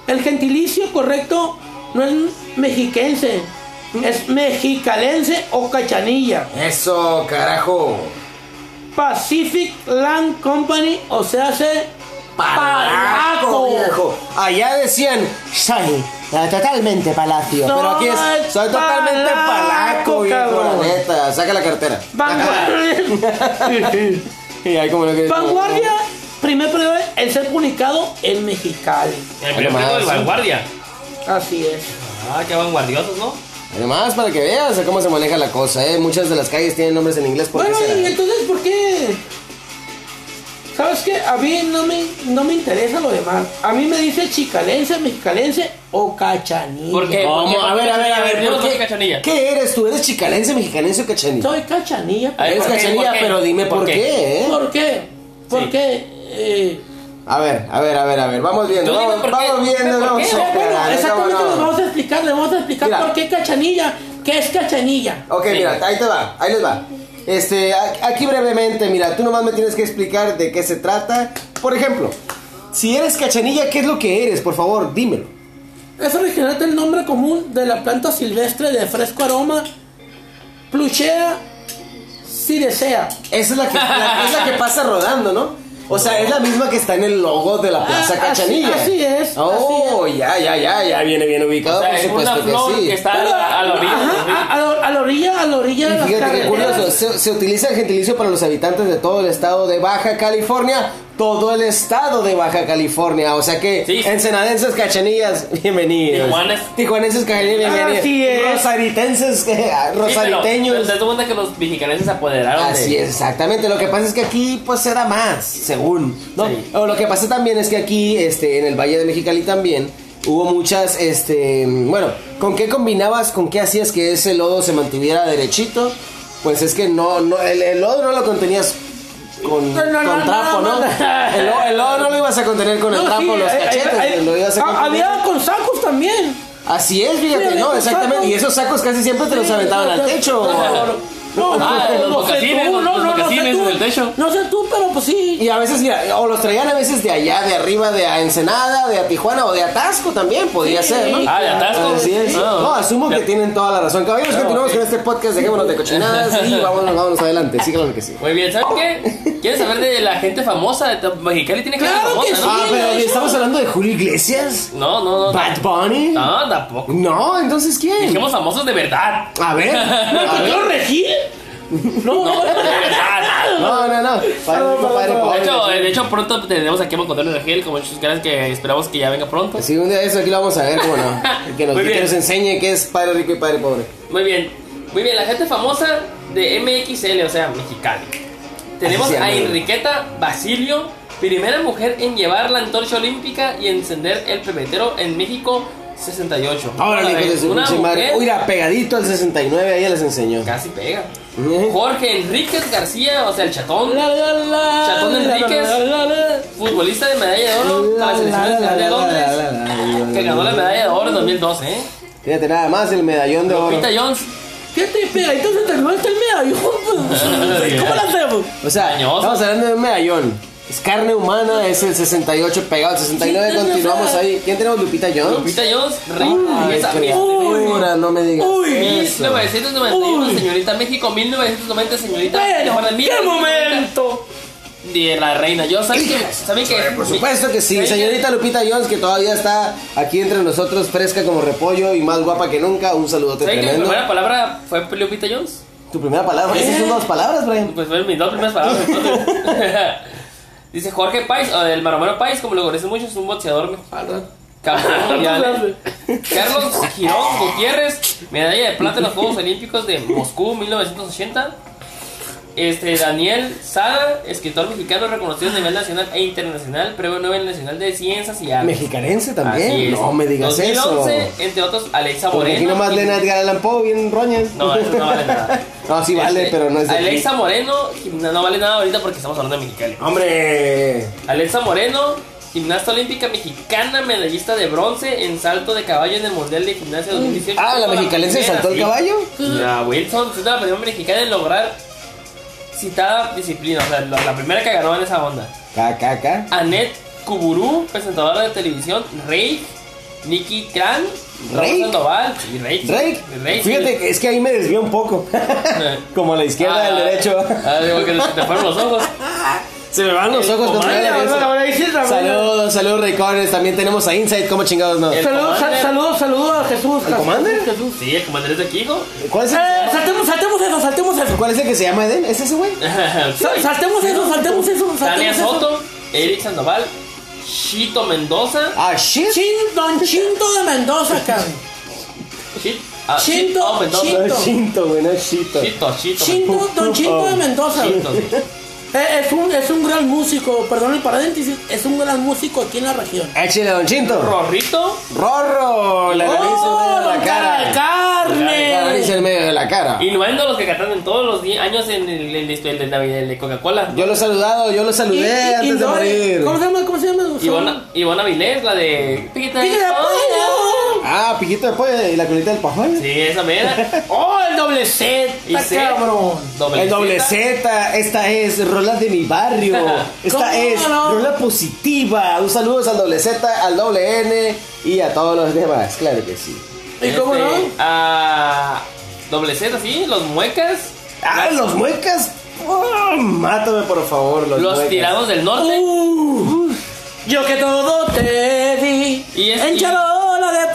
B: El gentilicio correcto no es mexiquense, es mexicalense o cachanilla.
C: Eso, carajo.
B: Pacific Land Company, o sea, hace
C: Palaco, viejo. Allá decían, soy eh, totalmente palacio.
B: Soy
C: pero aquí es, soy totalmente palaco,
B: palaco,
C: viejo.
B: cabrón.
C: La neta, saca la cartera.
D: [laughs]
B: Vanguardia.
C: y ahí como lo que...
B: Vanguardia, primer periodo el ser publicado en Mexicali.
D: El primer
C: Nomás,
D: pico de
C: Ah, sí.
D: vanguardia.
B: Así es.
D: Ah, qué vanguardiosos, ¿no?
C: Además, para que veas cómo se maneja la cosa, ¿eh? Muchas de las calles tienen nombres en inglés porque
B: Bueno, y
C: será?
B: entonces, ¿por qué? ¿Sabes qué? A mí no me, no me interesa lo demás. A mí me dice chicalense, mexicalense o cachanilla.
D: ¿Por qué?
C: Vamos, a ver, a ver, a ver.
D: Venimos
C: ¿por
D: con
C: qué,
D: cachanilla.
C: ¿Qué eres tú? ¿Eres chicalense, mexicanense o cachanilla?
B: Soy cachanilla.
D: A ver,
C: Eres
D: ¿por qué?
C: cachanilla,
D: ¿Por qué?
C: pero dime por,
D: ¿Por
C: qué,
D: qué?
C: ¿eh?
B: ¿Por qué? ¿Por
D: Sí.
B: qué? Eh,
C: A ver, a ver, a ver, a ver. Vamos viendo,
D: Tú dime
C: vamos,
D: por qué,
C: vamos
D: dime
C: viendo.
D: por
C: vamos
D: qué.
B: eh,
C: a
B: bueno,
C: esperar,
B: exactamente
C: ¿cómo no?
B: les vamos a explicar, les vamos a explicar
C: Mira.
B: por qué cachanilla. ¿Qué es cachanilla?
C: Ok,
D: Sí.
C: mira, ahí te va, ahí les va. Este, a- aquí brevemente, mira, tú nomás me tienes que explicar de qué se trata. Por ejemplo, si eres cachanilla, ¿qué es lo que eres? Por favor, dímelo.
B: Es original del nombre común de la planta silvestre de fresco aroma, pluchea si desea.
C: Esa es la que, la- es la que pasa rodando, ¿no? O sea, es la misma que está en el logo de la Plaza
B: Ah,
C: Cachanilla.
B: así- así es,
C: Oh, ya, ya, ya, ya viene bien ubicado,
D: O sea,
C: Ah, por
D: es una
C: supuesto
D: flor
C: que sí. Ah,
D: que está a la, a la orilla.
B: Ajá, a, a la- a la orilla, a la orilla de
C: Y
B: las
C: fíjate qué
B: carreteras.
C: curioso, se, se utiliza el gentilicio para los habitantes de todo el estado de Baja California, todo el estado de Baja California, o sea que
D: Sí.
C: ensenadenses cachanillas, [laughs] bienvenidos.
D: Tijuanas.
C: Tijuanenses cachanillas, bienvenidos.
B: Así es.
C: Rosaritenses,
D: Sí,
C: [laughs]
D: pero, pero
C: rosariteños.
D: ¿Te das cuenta que los mexicanos se apoderaron de-
C: Así es, exactamente. Lo que pasa es que aquí pues se da más, según. ¿no?
D: Sí.
C: O lo que pasa también es que aquí, este, en el Valle de Mexicali también, hubo muchas, este, bueno, ¿con qué combinabas, con qué hacías que ese lodo se mantuviera derechito? Pues es que no, no, el, el lodo no lo contenías con,
B: No, no,
C: con
B: no, no,
C: trapo, ¿no?
B: no.
C: El, lo- el lodo no lo ibas a contener con el
B: No,
C: trapo,
B: sí,
C: los
B: eh, eh,
C: cachetes,
B: eh,
C: lo ibas a
B: ah,
C: contener.
B: había con sacos también.
C: Así es, fíjate,
B: había
C: no,
B: con
C: exactamente.
B: sacos.
C: Y esos sacos casi siempre te los
B: Sí,
C: aventaban
B: no,
C: al
B: no,
C: techo.
B: no, no, No,
D: Ah,
B: no,
D: los
B: no sé
D: mocasines,
B: tú, no,
D: los- los
B: no, no sé
D: mocasines
B: tú.
D: en el techo.
B: No sé tú, pero pues sí.
C: Y a veces, mira, o los traían a veces de allá, de arriba, de a Ensenada, de a Tijuana o de Atasco también, podría
B: Sí.
C: ser, ¿no?
D: Ah, de atasco.
C: Así es.
D: Ah,
C: No, asumo que
D: ya.
C: tienen toda la razón. Caballeros, continuamos con este podcast, dejémonos de cochinadas y vámonos, vámonos adelante. Sí, claro que sí.
D: Muy bien, ¿sabes qué? ¿Quieres saber de la gente famosa? De Mexicali tiene gente
B: Claro
D: famosa,
B: que
D: ¿no?
C: Ah, pero ¿estamos hablando de Julio Iglesias?
D: No, no, no.
C: ¿Bad Bunny?
D: No, tampoco.
C: No, entonces ¿quién?
D: Dijimos famosos de verdad. [laughs]
C: A ver. a ver.
B: ¿Yo regí? No, no,
D: De verdad.
C: No, no, no. Padre rico, padre
D: De hecho,
C: pobre.
D: de hecho, pronto tenemos aquí a Moncontón Regel, como muchas gracias que esperamos que ya venga pronto.
C: Sí, un día de eso aquí lo vamos a ver,
D: [laughs]
C: cómo no. Que nos,
D: Muy
C: que
D: bien.
C: nos enseñe qué es padre rico y padre pobre.
D: Muy bien, muy bien, la gente famosa de MXL, o sea, Mexicali. Tenemos
C: Así se llama.
D: a Enriqueta Basilio, primera mujer en llevar la antorcha olímpica y encender el pebetero en México 68.
C: Ahora
D: Una
C: le
D: mujer
C: madre. Mira, pegadito al 69, ahí ya les enseñó.
D: casi pega.
C: Ujú.
D: Jorge Enríquez García, o sea, el chatón,
B: La, la, la,
D: Chatón
B: la,
D: Enríquez.
B: la, la, la.
D: futbolista de medalla de oro para la selección nacional de Londres, que ganó la medalla de oro en 2012, ¿eh?
C: Fíjate nada más el medallón de oro.
D: Lupita Jones,
B: ¿Qué te pega? Entonces te levanta el medallón. ¿Cómo la hacemos?
C: O sea,
D: Dañoso.
C: estamos hablando de un medallón. Es carne humana, es el 68 pegado, el 69.
B: Sí,
C: continuamos
B: o sea,
C: ahí. ¿Quién tenemos? Lupita Jones.
D: Lupita Jones, reina
C: Ay,
D: de esa
C: qué figura, no me digas.
B: Uy,
C: eso.
D: 1991,
B: Uy.
D: señorita México, 1990, señorita.
B: Bueno,
D: Para mí,
B: ¡qué
D: 1990,
B: momento!
D: De la reina. Yo, ¿saben qué? ¿Saben qué?
C: Por supuesto que sí,
D: ¿Saben qué?
C: señorita Lupita Jones, que todavía está aquí entre nosotros, fresca como repollo y más guapa que nunca. Un saludote
D: ¿Saben que mi
C: tremendo.
D: primera ¿Eh? palabra fue Lupita Jones?
C: Tu primera palabra, esas son dos palabras, Brian.
D: Pues fueron mis dos primeras palabras. [laughs] Dice Jorge Páez, o el Maromero Páez, como lo conocen mucho, es un boxeador mexicano. Campeón mundial. Carlos Girón Gutiérrez, medalla de plata en los Juegos Olímpicos de Moscú 1980. Este, Daniel Sara, escritor mexicano reconocido a nivel nacional e internacional, premio Nobel Nacional de Ciencias y Artes.
C: Mexicanense
D: Así
C: también.
D: es.
C: No me digas
D: 2011,
C: eso.
D: entre otros, Alexa
C: Porque
D: Moreno.
C: aquí nomás
D: y-
C: leen a Edgar Allan Poe bien roñas.
D: No, eso no vale nada.
C: [laughs] No, sí vale,
D: Este,
C: pero no es de aquí.
D: Alexa Moreno, no, no vale nada ahorita porque estamos hablando de Mexicali.
C: ¡Hombre!
D: Alexa Moreno, gimnasta olímpica mexicana, medallista de bronce en salto de caballo en el Mundial de Gimnasia 2018.
C: Ah, la
D: Fue
C: mexicalense
D: primera,
C: saltó el
D: sí.
C: caballo.
D: La Wilson es la primera mexicana en lograr citada disciplina, o sea, la, la primera que ganó en esa onda.
C: Acá, acá.
D: Annette Kuburu, presentadora de televisión, Rey, Nikki Khan,
C: Rey.
D: Rey Sandoval y Rey.
C: Drake,
D: Rey, [laughs]
C: fíjate, que es que ahí me desvió un poco. [laughs] Como a la izquierda, al derecho.
D: Ah, digo que se te fueron los ojos.
C: [laughs] Se me van los ojos cuando me
B: Vale,
C: vean eso.
B: ahora- ahora dices, ahora-
C: Saludos, saludos, Raycones. También tenemos a Insight. ¿Cómo chingados no?
D: El-
B: Saludos, sal-
D: Commander.
B: saludos, saludos a Jesús.
C: ¿El
B: a
C: Commander?
B: Jesús.
D: Sí, el comandante es de aquí,
C: [laughs]
D: hijo.
C: ¿Cuál es el,
B: Eh, saltemos, saltemos eso, saltemos eso.
C: ¿cuál es
D: Ah.
C: el que se llama Eden? ¿Es ese güey?
B: Sal- Saltemos eso, saltemos eso, saltemos
D: Tania
B: eso.
D: Soto, Eric Sandoval, Chito Mendoza,
C: Ah, shit.
B: Chin- don Chinto de Mendoza, cabrón.
D: Chit- ah,
B: Chinto,
D: Chito Mendoza,
C: No es Shinto, güey, no es Shito.
D: Chito, Chito,
B: Chinto, don Chinto de Mendoza. [laughs] Eh,
D: Chito, sí.
B: Es, es un, es un gran músico, perdón el paréntesis, es un gran músico aquí en la región.
C: Échele, don Chinto.
D: Rorrito.
C: Rorro, la nariz en medio de
B: don
C: la
B: Oh, cara de
C: cara. La nariz
B: carne!
C: en medio de la cara.
D: Incluyendo los que cantaron todos los di- años en el, el- el de Navidad, el de Coca-Cola.
C: Yo lo he saludado, yo lo
B: Y- y-
C: saludé
B: y
C: antes de
B: no, eh,
C: morir.
B: ¿Cómo se llama? ¿Cómo se llama?
D: Ivona, Ivona Vilés, la de. Piquita
B: ¡Pique de pollo!
C: Ah, piquito después y la colita del pajuelo.
D: Sí,
B: [laughs]
D: esa mera.
B: ¡Oh, el doble set!
D: Y
B: ¡Está
D: C,
B: cabrón!
C: El doble Z, esta es Rolas de
B: [laughs]
C: mi barrio,
B: ¿Cómo
C: esta es
B: no?
C: Rola Positiva. Un saludo al doble Z, al doble N y a todos los demás, claro que sí.
B: ¿Y cómo no?
D: Este, ah, doble Z, sí, los muecas.
C: ¡Ah, los muecas! Oh, mátame por favor, los,
D: Los
C: muecas.
D: tirados del norte.
B: Uh, yo que todo te di
D: Y es-
B: en
D: y-
B: charola de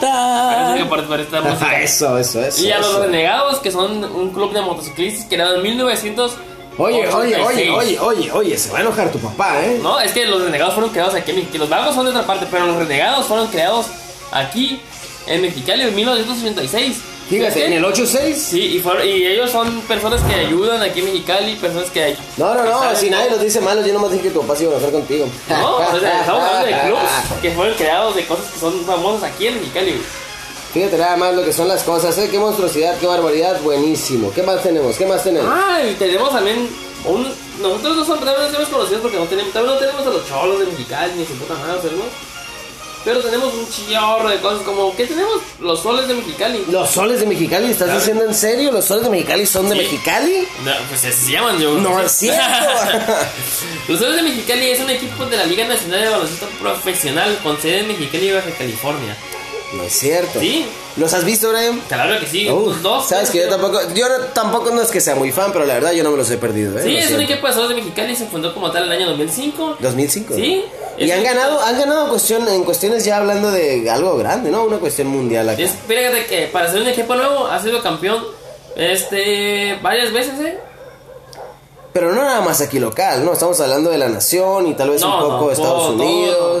B: plata.
D: Parece que por,
B: [laughs]
D: por esta
C: Ajá,
D: música.
C: [laughs] eso, eso, eso.
D: Y a los
C: eso.
D: renegados, que son un club de motociclistas creado en 1900.
C: Oye, oye, oye, oye, oye, oye, se va a enojar tu papá, ¿eh?
D: No, es que los renegados fueron creados aquí en Mexicali. Los vagos son de otra parte, pero los renegados fueron creados aquí en Mexicali en 1986.
C: Fíjate,
D: ¿Sí?
C: en el 86.
D: Sí, y, fueron- y ellos son personas que ayudan aquí en Mexicali, personas que...
C: No, no,
D: que
C: no,
D: saben
C: si
D: todo.
C: nadie los dice malos, yo nomás dije que tu papá se iba a enojar contigo.
D: No, o sea, estamos hablando de clubs que fueron creados de cosas que son famosas aquí en Mexicali. güey.
C: [laughs] Fíjate nada más lo que son las cosas, ¿eh? Qué monstruosidad, qué barbaridad, buenísimo. ¿Qué más tenemos? ¿Qué más tenemos?
D: Ah, y tenemos también un... Nosotros no somos, tal vez no somos conocidos porque no tenemos, tal vez no tenemos a los cholos de Mexicali ni su puta madre, o sea, ¿no? Pero tenemos un chillorro de cosas como... ¿Qué tenemos? Los soles de Mexicali.
C: ¿Los soles de Mexicali? ¿Estás
D: Claro.
C: diciendo en serio? ¿Los soles de Mexicali son de
D: Sí.
C: Mexicali?
D: No, pues así se llaman yo.
C: No es cierto.
D: [laughs] Los Soles de Mexicali es un equipo de la Liga Nacional de Baloncesto Profesional con sede en Mexicali, Baja California.
C: No es cierto.
D: Sí.
C: ¿Los has visto, Brian?
D: Claro que sí,
C: Uf,
D: los dos.
C: Sabes que yo tampoco, yo no- tampoco no es que sea muy fan, pero la verdad yo no me los he perdido, ¿eh?
D: Sí,
C: Lo
D: es un
C: siento.
D: equipo de Soles de Mexicali se fundó como tal en el año 2005.
C: 2005.
D: Sí,
C: Y
D: es
C: han
D: un-
C: ganado, han ganado cuestión, en cuestiones ya hablando de algo grande, ¿no? Una cuestión mundial acá.
D: Es, fíjate que para ser un equipo nuevo ha sido campeón este varias veces, ¿eh?
C: Pero no nada más aquí local, ¿no? Estamos hablando de la nación y tal vez un poco de Estados
D: todo-
C: Unidos.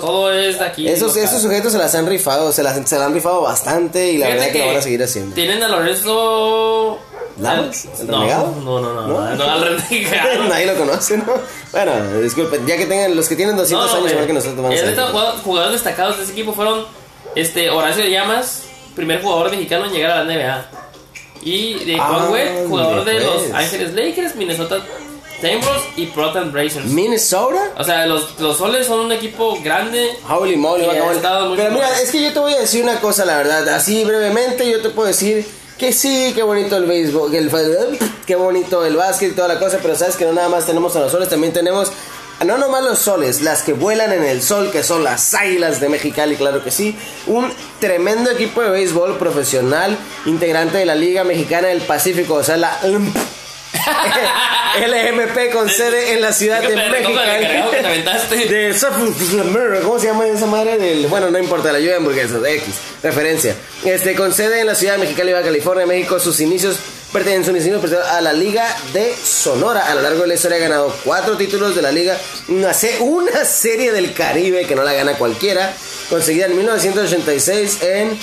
D: Todo, todo es de aquí.
C: Esos,
D: local.
C: esos sujetos se las han rifado, se las, se la han rifado bastante y la
D: Fíjate
C: verdad que, lo van a seguir haciendo. [laughs]
D: Tienen a Lorenzo.
C: ¿Lamas?
D: al-
C: ¿El
D: No,
C: renegado?
D: no, no, no,
C: ¿No?
D: no, al renegado.
C: [laughs] Nadie lo conoce, ¿no? Bueno, disculpen, ya que tengan los que tienen 200 años, igual que nosotros vamos a
D: El
C: ver.
D: jugadores destacados de ese equipo fueron este Horacio Llamas, primer jugador mexicano en llegar a la NBA. Y de
C: Ah,
D: Juan Webb, jugador de
C: de
D: Los
C: Webb.
D: Ángeles Lakers, Minnesota Timberwolves y Portland Blazers.
C: Minnesota.
D: O sea, los, los soles son un equipo grande.
C: Holy moly,
D: Sí,
C: va a acabar.
D: ha estado muy
C: Pero mira,
D: bueno.
C: es que yo te voy a decir una cosa, la verdad. Así brevemente, yo te puedo decir que sí, qué bonito el béisbol, que el, fa- qué bonito el básquet y toda la cosa. Pero sabes que no nada más tenemos a los soles, también tenemos. No nomás los soles, las que vuelan en el sol, que son las águilas de Mexicali, claro que sí. Un tremendo equipo de béisbol profesional, integrante de la Liga Mexicana del Pacífico, o sea, la [laughs] LMP con sede en la ciudad
D: Creo
C: de
D: que te recojo el encargado que te
C: Mexicali.
D: aventaste.
C: De Suffolk, ¿cómo se llama esa madre del.? Bueno, no importa, la lluvia de hamburguesas, X, referencia. Este, con sede en la ciudad de Mexicali, Baja California, México, sus inicios pertenecen, sus inicios pertenecen a la Liga de Sonora. A lo largo de la historia ha ganado cuatro títulos de la Liga, una, se- una serie del Caribe que no la gana cualquiera, conseguida en 1986 en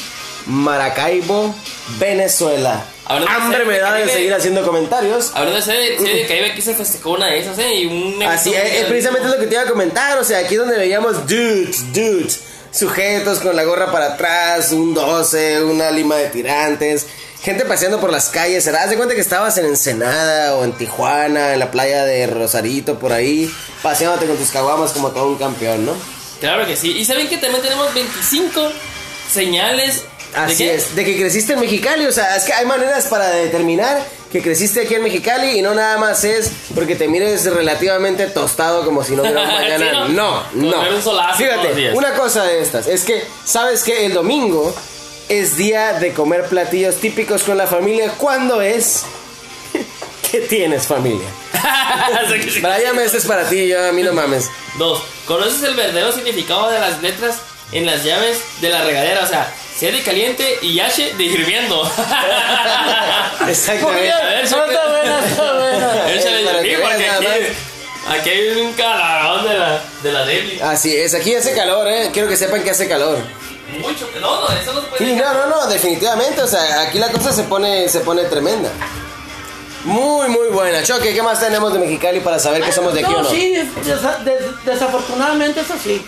C: Maracaibo, Venezuela.
D: Hablando de
C: Hambre
D: serie
C: me
D: del
C: da de
D: Caribe.
C: seguir haciendo comentarios.
D: Hablando de serie, serie de Caribe, aquí se festejó una de esas, ¿eh? Y un
C: Así
D: evento
C: es, es precisamente lo que te iba a comentar. O sea, aquí donde veíamos dudes, dudes, sujetos con la gorra para atrás, un 12, una lima de tirantes, gente paseando por las calles. ¿Te das de cuenta que estabas en Ensenada o en Tijuana, en la playa de Rosarito, por ahí, paseándote con tus caguamas como todo un campeón, ¿no?
D: Claro que sí. Y saben que también tenemos 25 señales. de [laughs]
C: Así
D: que-
C: es, de que creciste en Mexicali, o sea, es que hay maneras para determinar que creciste aquí en Mexicali y no nada más es porque te mires relativamente tostado como si
D: [laughs]
C: no hubiera un mañana.
D: Sí,
C: no,
D: ¿no?
C: no.
D: Comer un solazo todos los
C: Fíjate,
D: días.
C: una cosa de estas, es que, ¿sabes que El domingo es día de comer platillos típicos con la familia. ¿Cuándo es? [laughs] ¿Qué tienes, familia?
D: O sea que sí.
C: Brian, este es para ti, yo a mí no mames.
D: Dos, ¿conoces el verdadero significado de las letras en las llaves de la regadera? O sea, C de caliente y H de hirviendo. [laughs]
C: Exactamente.
D: A ver,
B: No, está buena, está buena.
D: Él se
C: Eh,
D: le
C: para que
D: sí,
C: veas
D: porque
C: nada
D: aquí, aquí hay un calarón de la, de la débil.
C: Así es, aquí hace calor, eh. Quiero que sepan que hace calor.
D: Mucho. No, no, eso no se puede.
C: Sí, no, no, no, definitivamente, o sea, aquí la cosa se pone, se pone tremenda. Muy, muy buena. Choque, ¿qué más tenemos de Mexicali para saber que somos de aquí
B: no,
C: o no?
B: sí, des- des- des- desafortunadamente es así.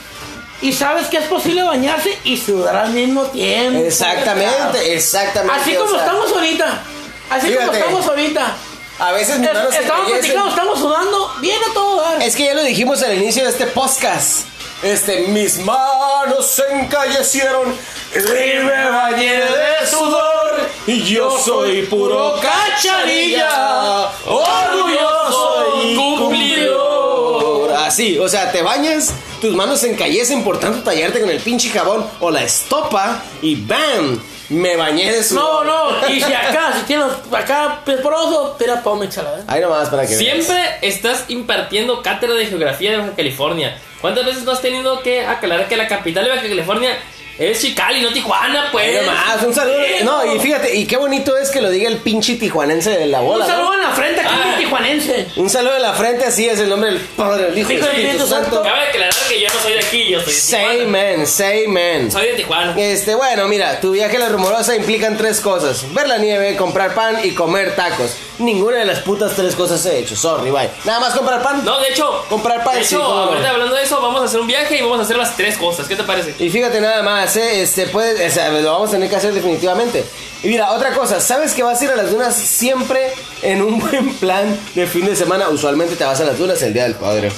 B: Y sabes que es posible bañarse y sudar al mismo tiempo.
C: Exactamente, exactamente.
B: Así
C: o
B: como
C: sea,
B: estamos ahorita. Así
C: Fíjate.
B: como estamos ahorita.
C: A veces mis
B: Es-
C: manos se
B: estamos
C: envejecen.
B: platicando, estamos sudando. Bien a todo dar.
C: Es que ya lo dijimos al inicio de este podcast. Este, mis manos se encallecieron y me bañé de sudor. Y yo soy puro cacharilla, orgulloso y cumplidor. Así, o sea, te bañas, tus manos se encallecen por tanto tallarte con el pinche jabón o la estopa y ¡bam! Me bañé de
B: No,
C: sudor.
B: no. Y si acá, si tienes acá pesporoso, tira pome, chala.
C: Ahí nomás para que veas.
D: Siempre estás impartiendo cátedra de geografía de Baja California. ¿Cuántas veces no has tenido que aclarar que la capital de Baja California es Chicali, no Tijuana, pues?
C: Ahí nomás, un saludo. No, y fíjate, y qué bonito es que lo diga el pinche tijuanense de la bola.
B: Un
C: ¿no?
B: saludo en la frente aquí
D: Ah.
B: en tijuanense.
C: Un saludo en la frente, así es el nombre del Padre, del Hijo y del Espíritu Santo.
D: Cabe aclarar que yo no soy de aquí, yo soy de
C: Say
D: Tijuana.
C: man, say man.
D: Soy de Tijuana.
C: Este, bueno, mira, tu viaje a la rumorosa implican tres cosas: ver la nieve, comprar pan y comer tacos. Ninguna de las putas tres cosas he hecho, sorry, bye. Nada más comprar pan.
D: No, de hecho,
C: Comprar pan,
D: de
C: sí,
D: hecho,
C: cómo no.
D: ahorita hablando de eso, vamos a hacer un viaje y vamos a hacer las tres cosas. ¿Qué te parece?
C: Y fíjate nada más, ¿eh? este, puedes, o sea, lo vamos a tener que hacer definitivamente. Y mira, otra cosa, sabes que vas a ir a las dunas siempre en un [laughs] buen plan de fin de semana. Usualmente te vas a las dunas el día del padre.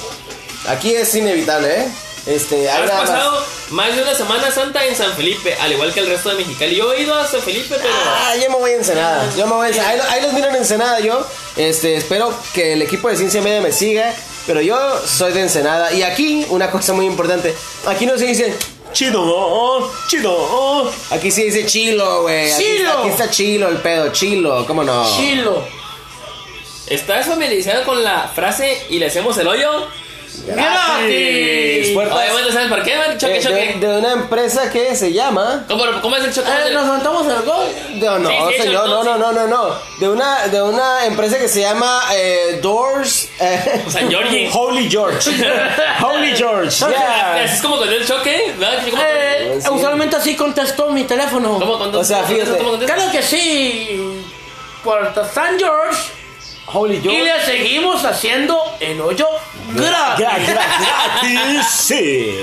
C: Aquí es inevitable, ¿eh? Este, hay
D: Has
C: nada más.
D: pasado más de una semana santa en San Felipe, al igual que el resto de Mexicali. Yo he ido a San Felipe, pero...
C: Ah, yo me voy a Ensenada. Yo me voy a Ensenada. Ahí, lo- ahí los miran en Ensenada yo. Este, espero que el equipo de Ciencia Media me siga. Pero yo soy de Ensenada. Y aquí, una cosa muy importante. Aquí no se dice chido, oh, chido. oh". Aquí se dice chilo, güey. Aquí,
B: Chilo.
C: aquí está chilo el pedo, chilo. ¿Cómo no?
B: Chilo.
D: ¿Estás familiarizado con la frase y le hacemos el hoyo?
C: Gratis.
B: Gratis.
C: Puertas.
D: Obviamente, ¿sabes por qué? man?
C: De,
D: Choque, choque.
C: de- Ah, de una empresa que se llama.
D: ¿Cómo, cómo es el choque?
B: Eh, nos montamos el gol.
C: No, no,
D: Sí, sí,
C: señor, no,
D: yo-
C: no, no, no, no. De una, de una empresa que se llama eh, Doors. eh, [laughs]
D: San Jorge.
C: Holy [laughs] George. Holy George.
D: [laughs]
C: yeah.
D: Así es como con el choque, ¿verdad? ¿Cómo,
B: Eh,
C: Sí.
B: usualmente así contestó mi teléfono.
D: cómo contestas?
C: o sea,
D: ¿Cómo contestas?
C: fíjate.
D: ¿Cómo contestas?
B: Claro que sí. Puerta San George.
C: Holy
B: Y le seguimos haciendo el hoyo
C: Gra-
B: gratis.
C: gra- gratis, sí.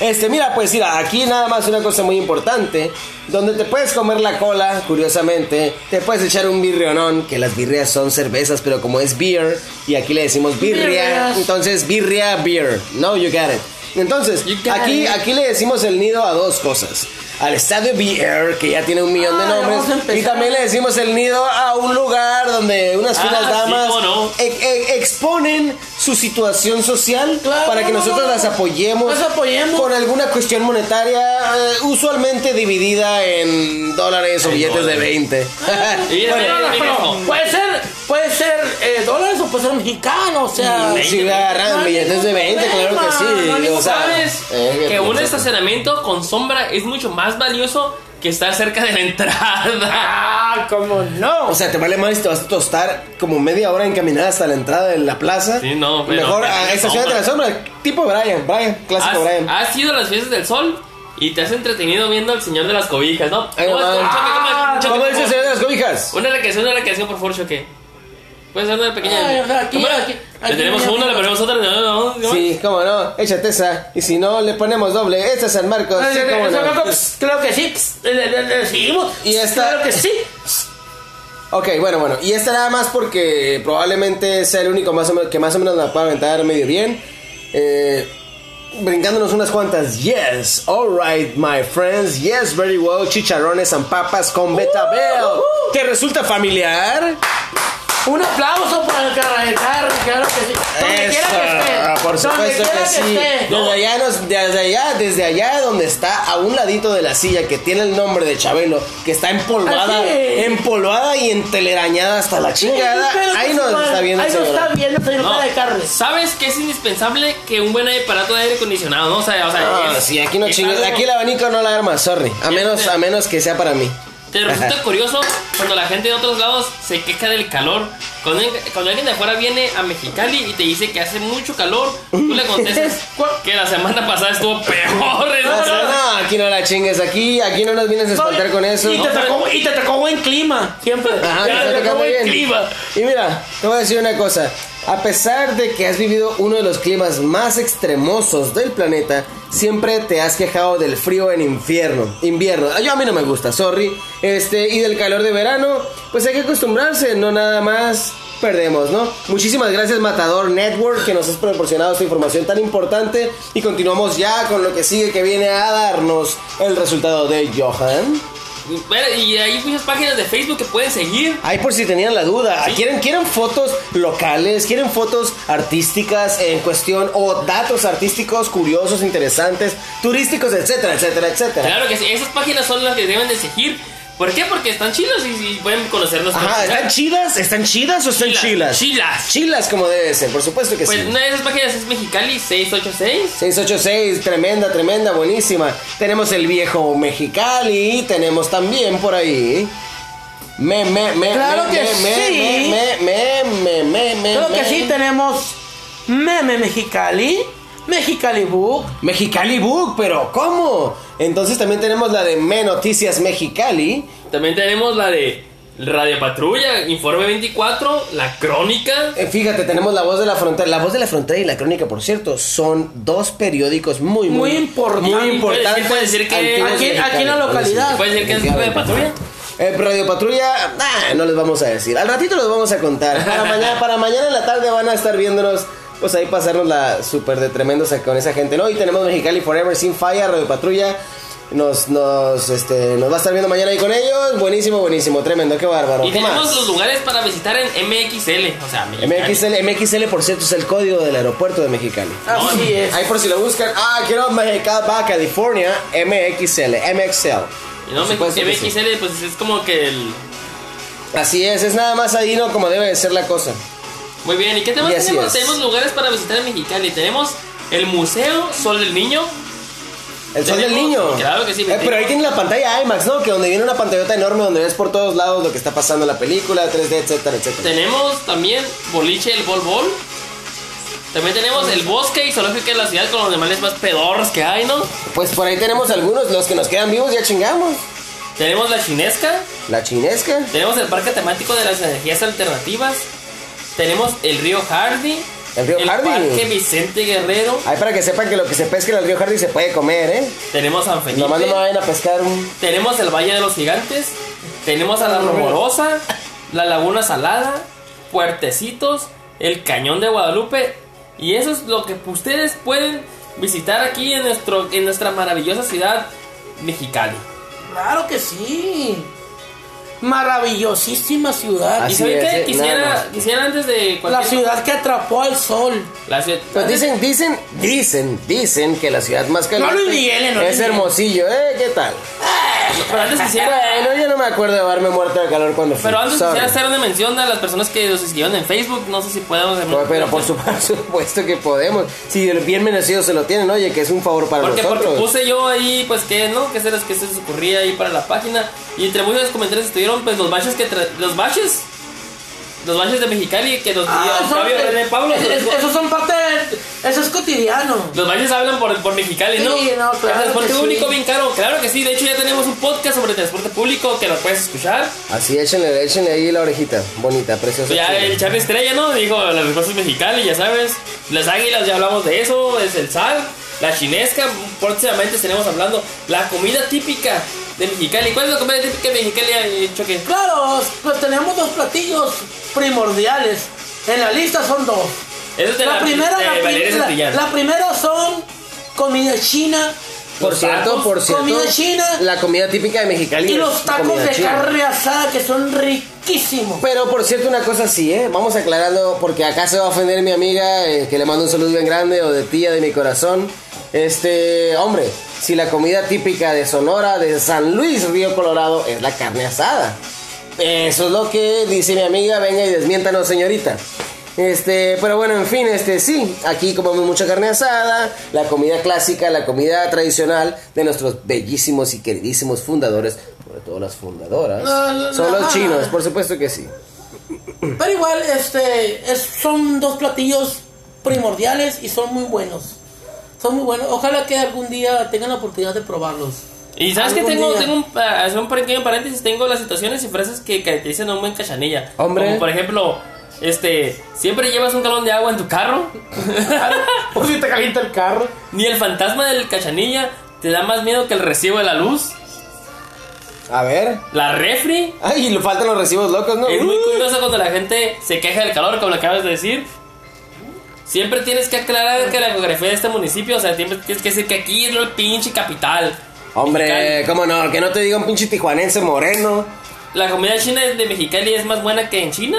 C: Este, mira, pues mira, aquí nada más una cosa muy importante, donde te puedes comer la cola, curiosamente, te puedes echar un birrionón, que las birrias son cervezas, pero como es beer, y aquí le decimos birria,
B: Birrias.
C: entonces birria, beer, no, you got it. Entonces,
B: You got
C: aquí,
B: it.
C: aquí le decimos el nido a dos cosas. Al estadio Beer, que ya tiene un millón de
B: Ah,
C: nombres.
B: vamos a empezar.
C: Y también le decimos el nido a un lugar donde unas
D: Ah,
C: finas
D: sí,
C: damas
D: cómo no.
C: e- e- exponen su situación social
B: Claro,
C: para que
B: no,
C: nosotros
B: no, no.
C: las apoyemos,
B: Las apoyemos.
C: con alguna cuestión monetaria eh, usualmente dividida en dólares o
D: En
C: billetes de
D: dólares.
C: 20.
D: Y ya
B: Pero,
D: está,
B: pero,
D: viejo.
B: puede ser, puede ser eh, dólares o puede ser mexicano, o sea.
D: Sí,
C: Si agarran
B: no hay
C: billetes de
B: ningún
C: 20, claro que
B: problema, no hay
C: sí.
B: ningún
C: o sea,
D: ¿Sabes?
C: eh,
D: que un
C: pues,
D: estacionamiento con sombra es mucho más valioso que estar cerca de la [laughs] entrada.
B: Ah, como no.
C: O sea, te vale más si te vas a tostar como media hora encaminada hasta la entrada de la plaza.
D: Sí, no, pero-
C: Mejor
D: pero
C: a
D: tiene
C: estacionate en la sombra, tipo Brian, Brian,
D: Has,
C: clásico Brian.
D: has ido a las fiestas del sol y te has entretenido viendo al señor de las cobijas, ¿no?
C: Ay,
D: ¿Cómo es?
C: mamá.
D: Un choque, ¿cómo es? Un
B: Ah,
D: choque,
C: ¿Cómo
D: ¿cómo
C: dice el
D: es?
C: señor de las cobijas?
D: Una recreación, una recreación, por favor, choque. Puedes hacer una pequeña.
B: Ay, ajá, aquí,
D: Cámara.
B: aquí, aquí,
D: le tenemos
B: mira,
D: una, le
B: mira.
D: ponemos otra. no, no, no,
C: Sí, cómo no, échate esa. Y si no, le ponemos doble. Esta es San Marcos.
B: Ay,
C: sí,
B: de-
C: cómo
B: de-
C: no.
B: de- pss, eh, pues, Claro que sí. pss, le- le- le- le seguimos.
C: Y esta-
B: Claro que sí.
C: Ok, bueno, bueno. Y esta nada más porque probablemente sea el único más o menos, que más o menos la pueda aventar medio bien. Eh, brincándonos unas cuantas. Yes, alright, my friends. Yes, very well. Chicharrones and papas con betabel.
B: uh,
C: ¿Te resulta familiar?
B: Un aplauso para el carretero, claro que sí. Donde quiera que
C: Esa,
B: esté.
C: Ah, Por
B: donde
C: supuesto
B: quiera
C: que sí.
B: esté.
C: Desde allá, nos- desde allá, desde allá donde está a un ladito de la silla que tiene el nombre de Chabelo, que está empolvada,
B: Así es.
C: empolvada y entelerañada hasta la chingada.
B: Espero que
C: ahí
B: sí,
C: nos
B: padre.
C: está viendo.
B: Ahí
C: el
B: nos está
C: señor.
B: viendo, señor
D: No.
B: cara de carnes.
D: ¿Sabes que es indispensable que un buen aparato de aire acondicionado? No, o sea, o sea,
C: Ah,
D: es-
C: sí, aquí no
D: es
C: chingues.
D: algo-
C: Aquí el abanico no la arma, sorry. A menos, a menos que sea para mí.
D: ¿Te resulta curioso cuando la gente de otros lados se queja del calor Cuando, cuando alguien de afuera viene a Mexicali y te dice que hace mucho calor, tú le contestas que la semana pasada estuvo peor.
C: No,
D: entonces-
C: no, no, aquí no la chingues, aquí, aquí no nos vienes a espantar con eso.
B: Y te tocó, y te tocó buen clima, siempre.
C: Ajá, te
D: Ya,
C: está
D: ya
C: tocando
D: acabó el
C: bien.
D: clima.
C: Y mira, te voy a decir una cosa. A pesar de que has vivido uno de los climas más extremosos del planeta, siempre te has quejado del frío en infierno, invierno. Ah, Yo a mí no me gusta, sorry. Este, y del calor de verano, pues hay que acostumbrarse, no nada más perdemos, ¿no? Muchísimas gracias Matador Network que nos has proporcionado esta información tan importante y continuamos ya con lo que sigue que viene a darnos el resultado de Johan.
D: Bueno, y hay muchas páginas de Facebook que pueden seguir.
C: Ahí por si tenían la duda,
D: Sí.
C: ¿Quieren, quieren fotos locales, quieren fotos artísticas en cuestión o datos artísticos curiosos, interesantes, turísticos, etcétera, etcétera, etcétera.
D: Claro que sí, esas páginas son las que deben de seguir. ¿Por qué? Porque están chilas y, y pueden conocer nuestra
C: Ajá,
D: ciudad.
C: ¿están chidas? ¿Están chidas o están chilas?
D: Chilas, chilas.
C: Chilas como debe ser, por supuesto que
D: Pues
C: sí.
D: una de esas páginas es Mexicali 686.
C: 686, tremenda, tremenda, buenísima. Tenemos el viejo Mexicali, tenemos también por ahí. Me, me, me,
B: Claro
C: me,
B: que
C: me,
B: sí.
C: me, me, me, me, me,
B: Creo que
C: me.
B: sí tenemos Meme Mexicali, Mexicali Book.
C: Mexicali Book, pero ¿cómo? Entonces también tenemos la de Me Noticias Mexicali.
D: También tenemos la de Radio Patrulla, Informe 24, La Crónica.
C: Eh, fíjate, tenemos La Voz de la Frontera. La Voz de la Frontera y La Crónica, por cierto, son dos periódicos muy,
B: Muy importantes.
C: Muy
D: Sí, puede
C: importantes.
D: decir que-
C: antiguos
B: Aquí-
C: de Mexicali.
B: aquí en la localidad.
D: Puede decir que es Radio Patrulla.
C: Eh, Radio Patrulla, nah, no les vamos a decir. Al ratito les vamos a contar.
D: [laughs]
C: Para mañana, para mañana en la tarde van a estar viéndonos. Pues ahí pasarnos la súper de tremendos con esa gente, ¿no? Y tenemos Mexicali Forever sin falla, Radio Patrulla. Nos, nos, este, nos va a estar viendo mañana ahí con ellos. Buenísimo, buenísimo, tremendo, qué bárbaro.
D: Y
C: ¿Qué
D: tenemos
C: más?
D: los lugares para visitar en MXL. O sea, Mexicali.
C: MXL, MXL, por cierto, es el código del aeropuerto de Mexicali.
B: Así es.
C: Ahí por si lo buscan. Ah, quiero Mexicali, va a California, MXL, MXL.
D: Y No,
C: Por supuesto que sí.
D: MXL, pues es como que el.
C: Así es, es nada más ahí, ¿no? Como debe de ser la cosa.
D: Muy bien, ¿y qué temas
C: Y así
D: tenemos?
C: es.
D: Tenemos lugares para visitar en Mexicali. Tenemos el Museo Sol del Niño.
C: El sol del
D: Tenemos-
C: niño.
D: claro que sí,
C: Eh, pero ahí tiene la pantalla IMAX, ¿no? Que donde viene una pantallota enorme donde ves por todos lados lo que está pasando en la película, 3D, etcétera, etcétera.
D: Tenemos también Boliche el Bol Bol. También tenemos el bosque y zoológico de la ciudad con los animales más pedorros que hay, ¿no?
C: Pues por ahí tenemos algunos, los que nos quedan vivos ya chingamos.
D: Tenemos la chinesca.
C: La chinesca.
D: Tenemos el parque temático de las energías alternativas. Tenemos el río Hardy.
C: El río Hardy.
D: parque Vicente Guerrero.
C: Ahí para que sepan que lo que se pesca en el río Hardy se puede comer, ¿eh?
D: Tenemos San Felipe.
C: Nomás no me vayan a pescar un...
D: Tenemos el Valle de los Gigantes. Tenemos a la Rumorosa. La Laguna Salada. Puertecitos. El Cañón de Guadalupe. Y eso es lo que ustedes pueden visitar aquí en, nuestro, en nuestra maravillosa ciudad mexicali.
B: Claro que sí. Maravillosísima ciudad.
C: Así
D: ¿Y saben
C: es,
D: qué?
C: eh, nada
D: Quisiera,
C: más.
D: quisiera antes de
B: La
D: cualquier-
B: ciudad que atrapó al sol.
D: La ciudad-
C: Pues dicen, dicen, dicen, dicen que la ciudad más caliente
B: Luis Miguel, eh, no Luis
C: es
B: Miguel.
C: Hermosillo, ¿eh? ¿Qué tal?
D: Pero
C: [laughs]
D: antes quisiera...
C: Bueno, yo no me acuerdo de haberme muerto de calor cuando fui.
D: Pero antes
C: Sorry.
D: quisiera hacer una mención a las personas que nos siguieron en Facebook. No sé si podemos...
C: Pero, pero por su- [laughs] por supuesto que podemos. Si el bien merecido se lo tienen, oye, que es un favor para
D: Porque, porque
C: nosotros.
D: puse yo ahí, pues que no, que se las que se les ocurría ahí para la página. Y entre muchos comentarios estuvieron, pues los baches que tra- los baches, los baches de Mexicali que los
B: Ah,
D: dio
B: son-
D: Octavio René
B: [laughs]
D: Pablo.
B: es- es-
D: Los,
B: esos son parte de- Eso es cotidiano.
D: los baches hablan por, por Mexicali, ¿no?
B: Sí, no, claro
D: El transporte
B: que sí.
D: público bien caro, claro que sí. De hecho, ya tenemos un podcast sobre transporte público que lo puedes escuchar.
B: pues,
C: Así, échenle, échenle ahí la orejita. Bonita, preciosa.
D: Pues Ya
C: chula.
D: el Charlie Estrella, ¿no? Dijo las cosas Mexicali, ya sabes. Las águilas, ya hablamos de eso. Es el sal. La chinesca, próximamente estaremos hablando. La comida típica de Mexicali. ¿Cuál es la comida típica de Mexicali, eh, Choque?
B: Claro, pues tenemos dos platillos primordiales. En la lista son dos.
D: Eso es de
B: La, primera,
D: de
B: la,
D: Valeria
B: prim-
D: Santillán.
B: la primera son comida china
C: Por
D: Los
C: cierto,
D: tacos,
C: por cierto.
B: comida china.
C: La comida típica de Mexicali.
B: y
C: es
B: los
C: la
B: tacos
C: comida
B: de
C: china.
B: carne asada que son riquísimos.
C: Pero por cierto, una cosa sí, ¿eh? Vamos aclarando, porque acá se va a ofender mi amiga, eh, que le mando un saludo bien grande, o de tía de mi corazón. Este, hombre, si la comida típica de Sonora, de San Luis, Río Colorado, es la carne asada. Eso es lo que dice mi amiga, venga y desmiéntanos, señorita. Este, pero bueno, en fin, este sí, aquí comemos mucha carne asada, la comida clásica, la comida tradicional de nuestros bellísimos y queridísimos fundadores, sobre todo las fundadoras,
B: No, no,
C: son los
B: no.
C: chinos, por supuesto que sí.
B: Pero igual, este, es- son dos platillos primordiales y son muy buenos. Son muy buenos. Ojalá que algún día tengan la oportunidad de probarlos.
D: Y sabes que
B: Algún
D: tengo,
B: día.
D: tengo un, pa- hacer un pequeño paréntesis, tengo las situaciones y frases que caracterizan a un buen cachanilla.
C: Hombre.
D: Como por ejemplo, este, siempre llevas un galón de agua en
B: [laughs]
D: tu carro.
B: O si te calienta el carro.
D: Ni el fantasma del cachanilla te da más miedo que el recibo de la luz.
C: A ver.
D: La refri
C: Ay, y le faltan los recibos locos, ¿no?
D: es muy
C: Uh.
D: curiosa cuando la gente se queja del calor, como lo acabas de decir. Siempre tienes que aclarar que la geografía de este municipio, o sea, siempre tienes que decir que aquí es el pinche capital.
C: Hombre,
D: Mexicali.
C: cómo no, que no te diga un pinche tijuanense moreno.
D: La comida china de Mexicali es más buena que en China.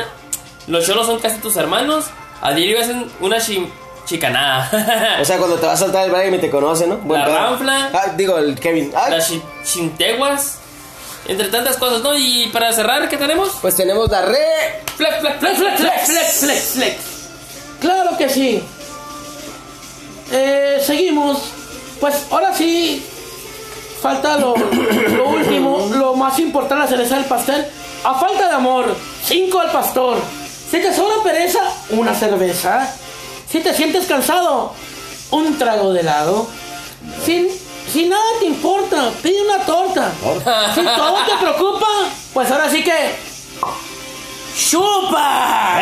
D: Los cholos son casi tus hermanos. A diario hacen una chi- chicanada.
C: O sea, cuando te va a saltar el Brian y te conoce, ¿no?
D: La
C: pedo.
D: ranfla.
C: Ah, digo, el Kevin.
D: [laughs]
C: Ay,
D: Las chi- chinteguas. Entre tantas cosas, ¿no? Y para cerrar, ¿qué tenemos?
C: pues tenemos la re.
D: Flex, flex, flex, flex, flex, flex, flex, flex.
B: Claro que sí. Eh, seguimos. Pues ahora sí. Falta lo, lo último, lo más importante, la cereza del pastel. A falta de amor, cinco al pastor. Si te sobra pereza, una cerveza. Si te sientes cansado, un trago de helado. Si, si nada te importa, pide una torta. Si todo te preocupa, pues ahora sí que. ¡Chupa!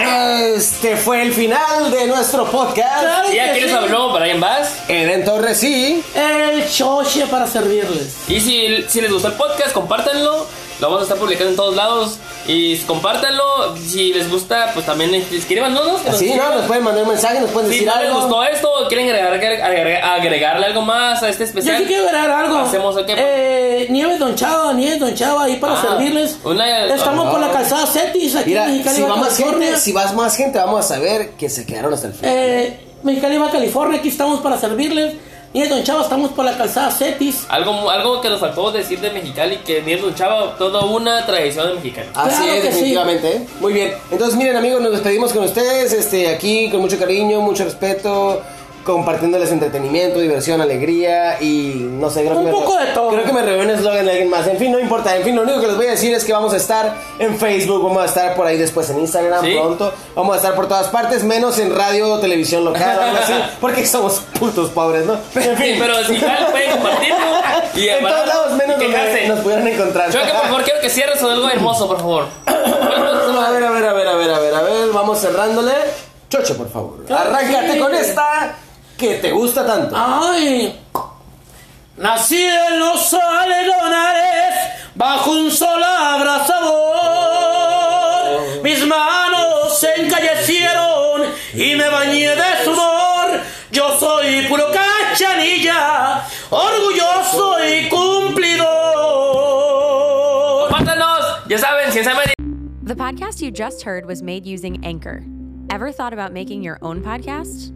C: Este fue el final de nuestro podcast.
B: Claro
D: Y aquí
B: que
D: les
B: sí.
D: habló Brian Bass.
C: Eren Torres, sí.
B: El choche para servirles.
D: Y si, si les gustó el podcast, compártanlo. Lo vamos a estar publicando en todos lados. Y compártanlo. Si les gusta, pues también escríbanos. que nos
C: Así, ¿no?
D: escriban.
C: Nos pueden mandar un mensaje, nos pueden
D: Si
C: decir
D: no les
C: algo.
D: gustó esto, o quieren agregar, agregar- agregarle algo más a este
B: Yo
D: especial.
B: sí quiero agregar algo.
D: ¿Hacemos o qué?
B: Eh, Nieve Don Chava, Nieve Don Chava, ahí para
D: Ah,
B: servirles.
D: una-
B: Estamos
C: Ah.
B: por la calzada Cetis, aquí
C: Mira,
B: en Mexicali,
C: si va
B: Baja
C: más
B: California.
C: gente, si vas más gente, vamos a saber que se quedaron hasta el final.
B: Eh, Mexicali, Baja California, aquí estamos para servirles. Nieve Don Chava, estamos por la calzada Cetis.
D: Algo, algo que nos faltó decir de Mexicali, que mierda un chavo, toda una tradición de Mexicali.
B: Claro
C: Así es,
B: que sí.
C: definitivamente. ¿eh? Muy bien. Entonces, miren, amigos, nos despedimos con ustedes. Este, aquí con mucho cariño, mucho respeto, compartiéndoles entretenimiento, diversión, alegría y no sé, creo
B: Un
C: que me-
B: poco de todo.
C: Creo que me reúne un eslogan de alguien más. En fin, no importa. En fin, lo único que les voy a decir es que vamos a estar en Facebook, vamos a estar por ahí después en Instagram
D: Sí.
C: pronto. Vamos a estar por todas partes, menos en radio o televisión local o algo así, porque somos putos pobres, ¿no? En
D: Sí, pero es igual, pueden compartirlo.
C: [laughs]
D: Y
C: en todos
D: aparte,
C: lados, menos
D: y
C: donde
D: quejarse.
C: nos pudieran encontrar.
D: Choque, por favor, quiero que cierres con algo hermoso, por favor.
C: A ver, a ver, a ver, a ver, a ver, a ver, vamos cerrándole. Chocho, por favor.
B: Claro que
C: Arráncate
B: sí.
C: con esta que te gusta tanto.
B: Ay, nací en los aleronares, bajo un sol abrasador. Mis manos se encallecieron y me bañé de sudor. Yo soy puro cachanilla, orgulloso y cumplidor.
D: Mátanos, ya saben, si saben.
E: The podcast you just heard was made using Anchor. Ever thought about making your own podcast?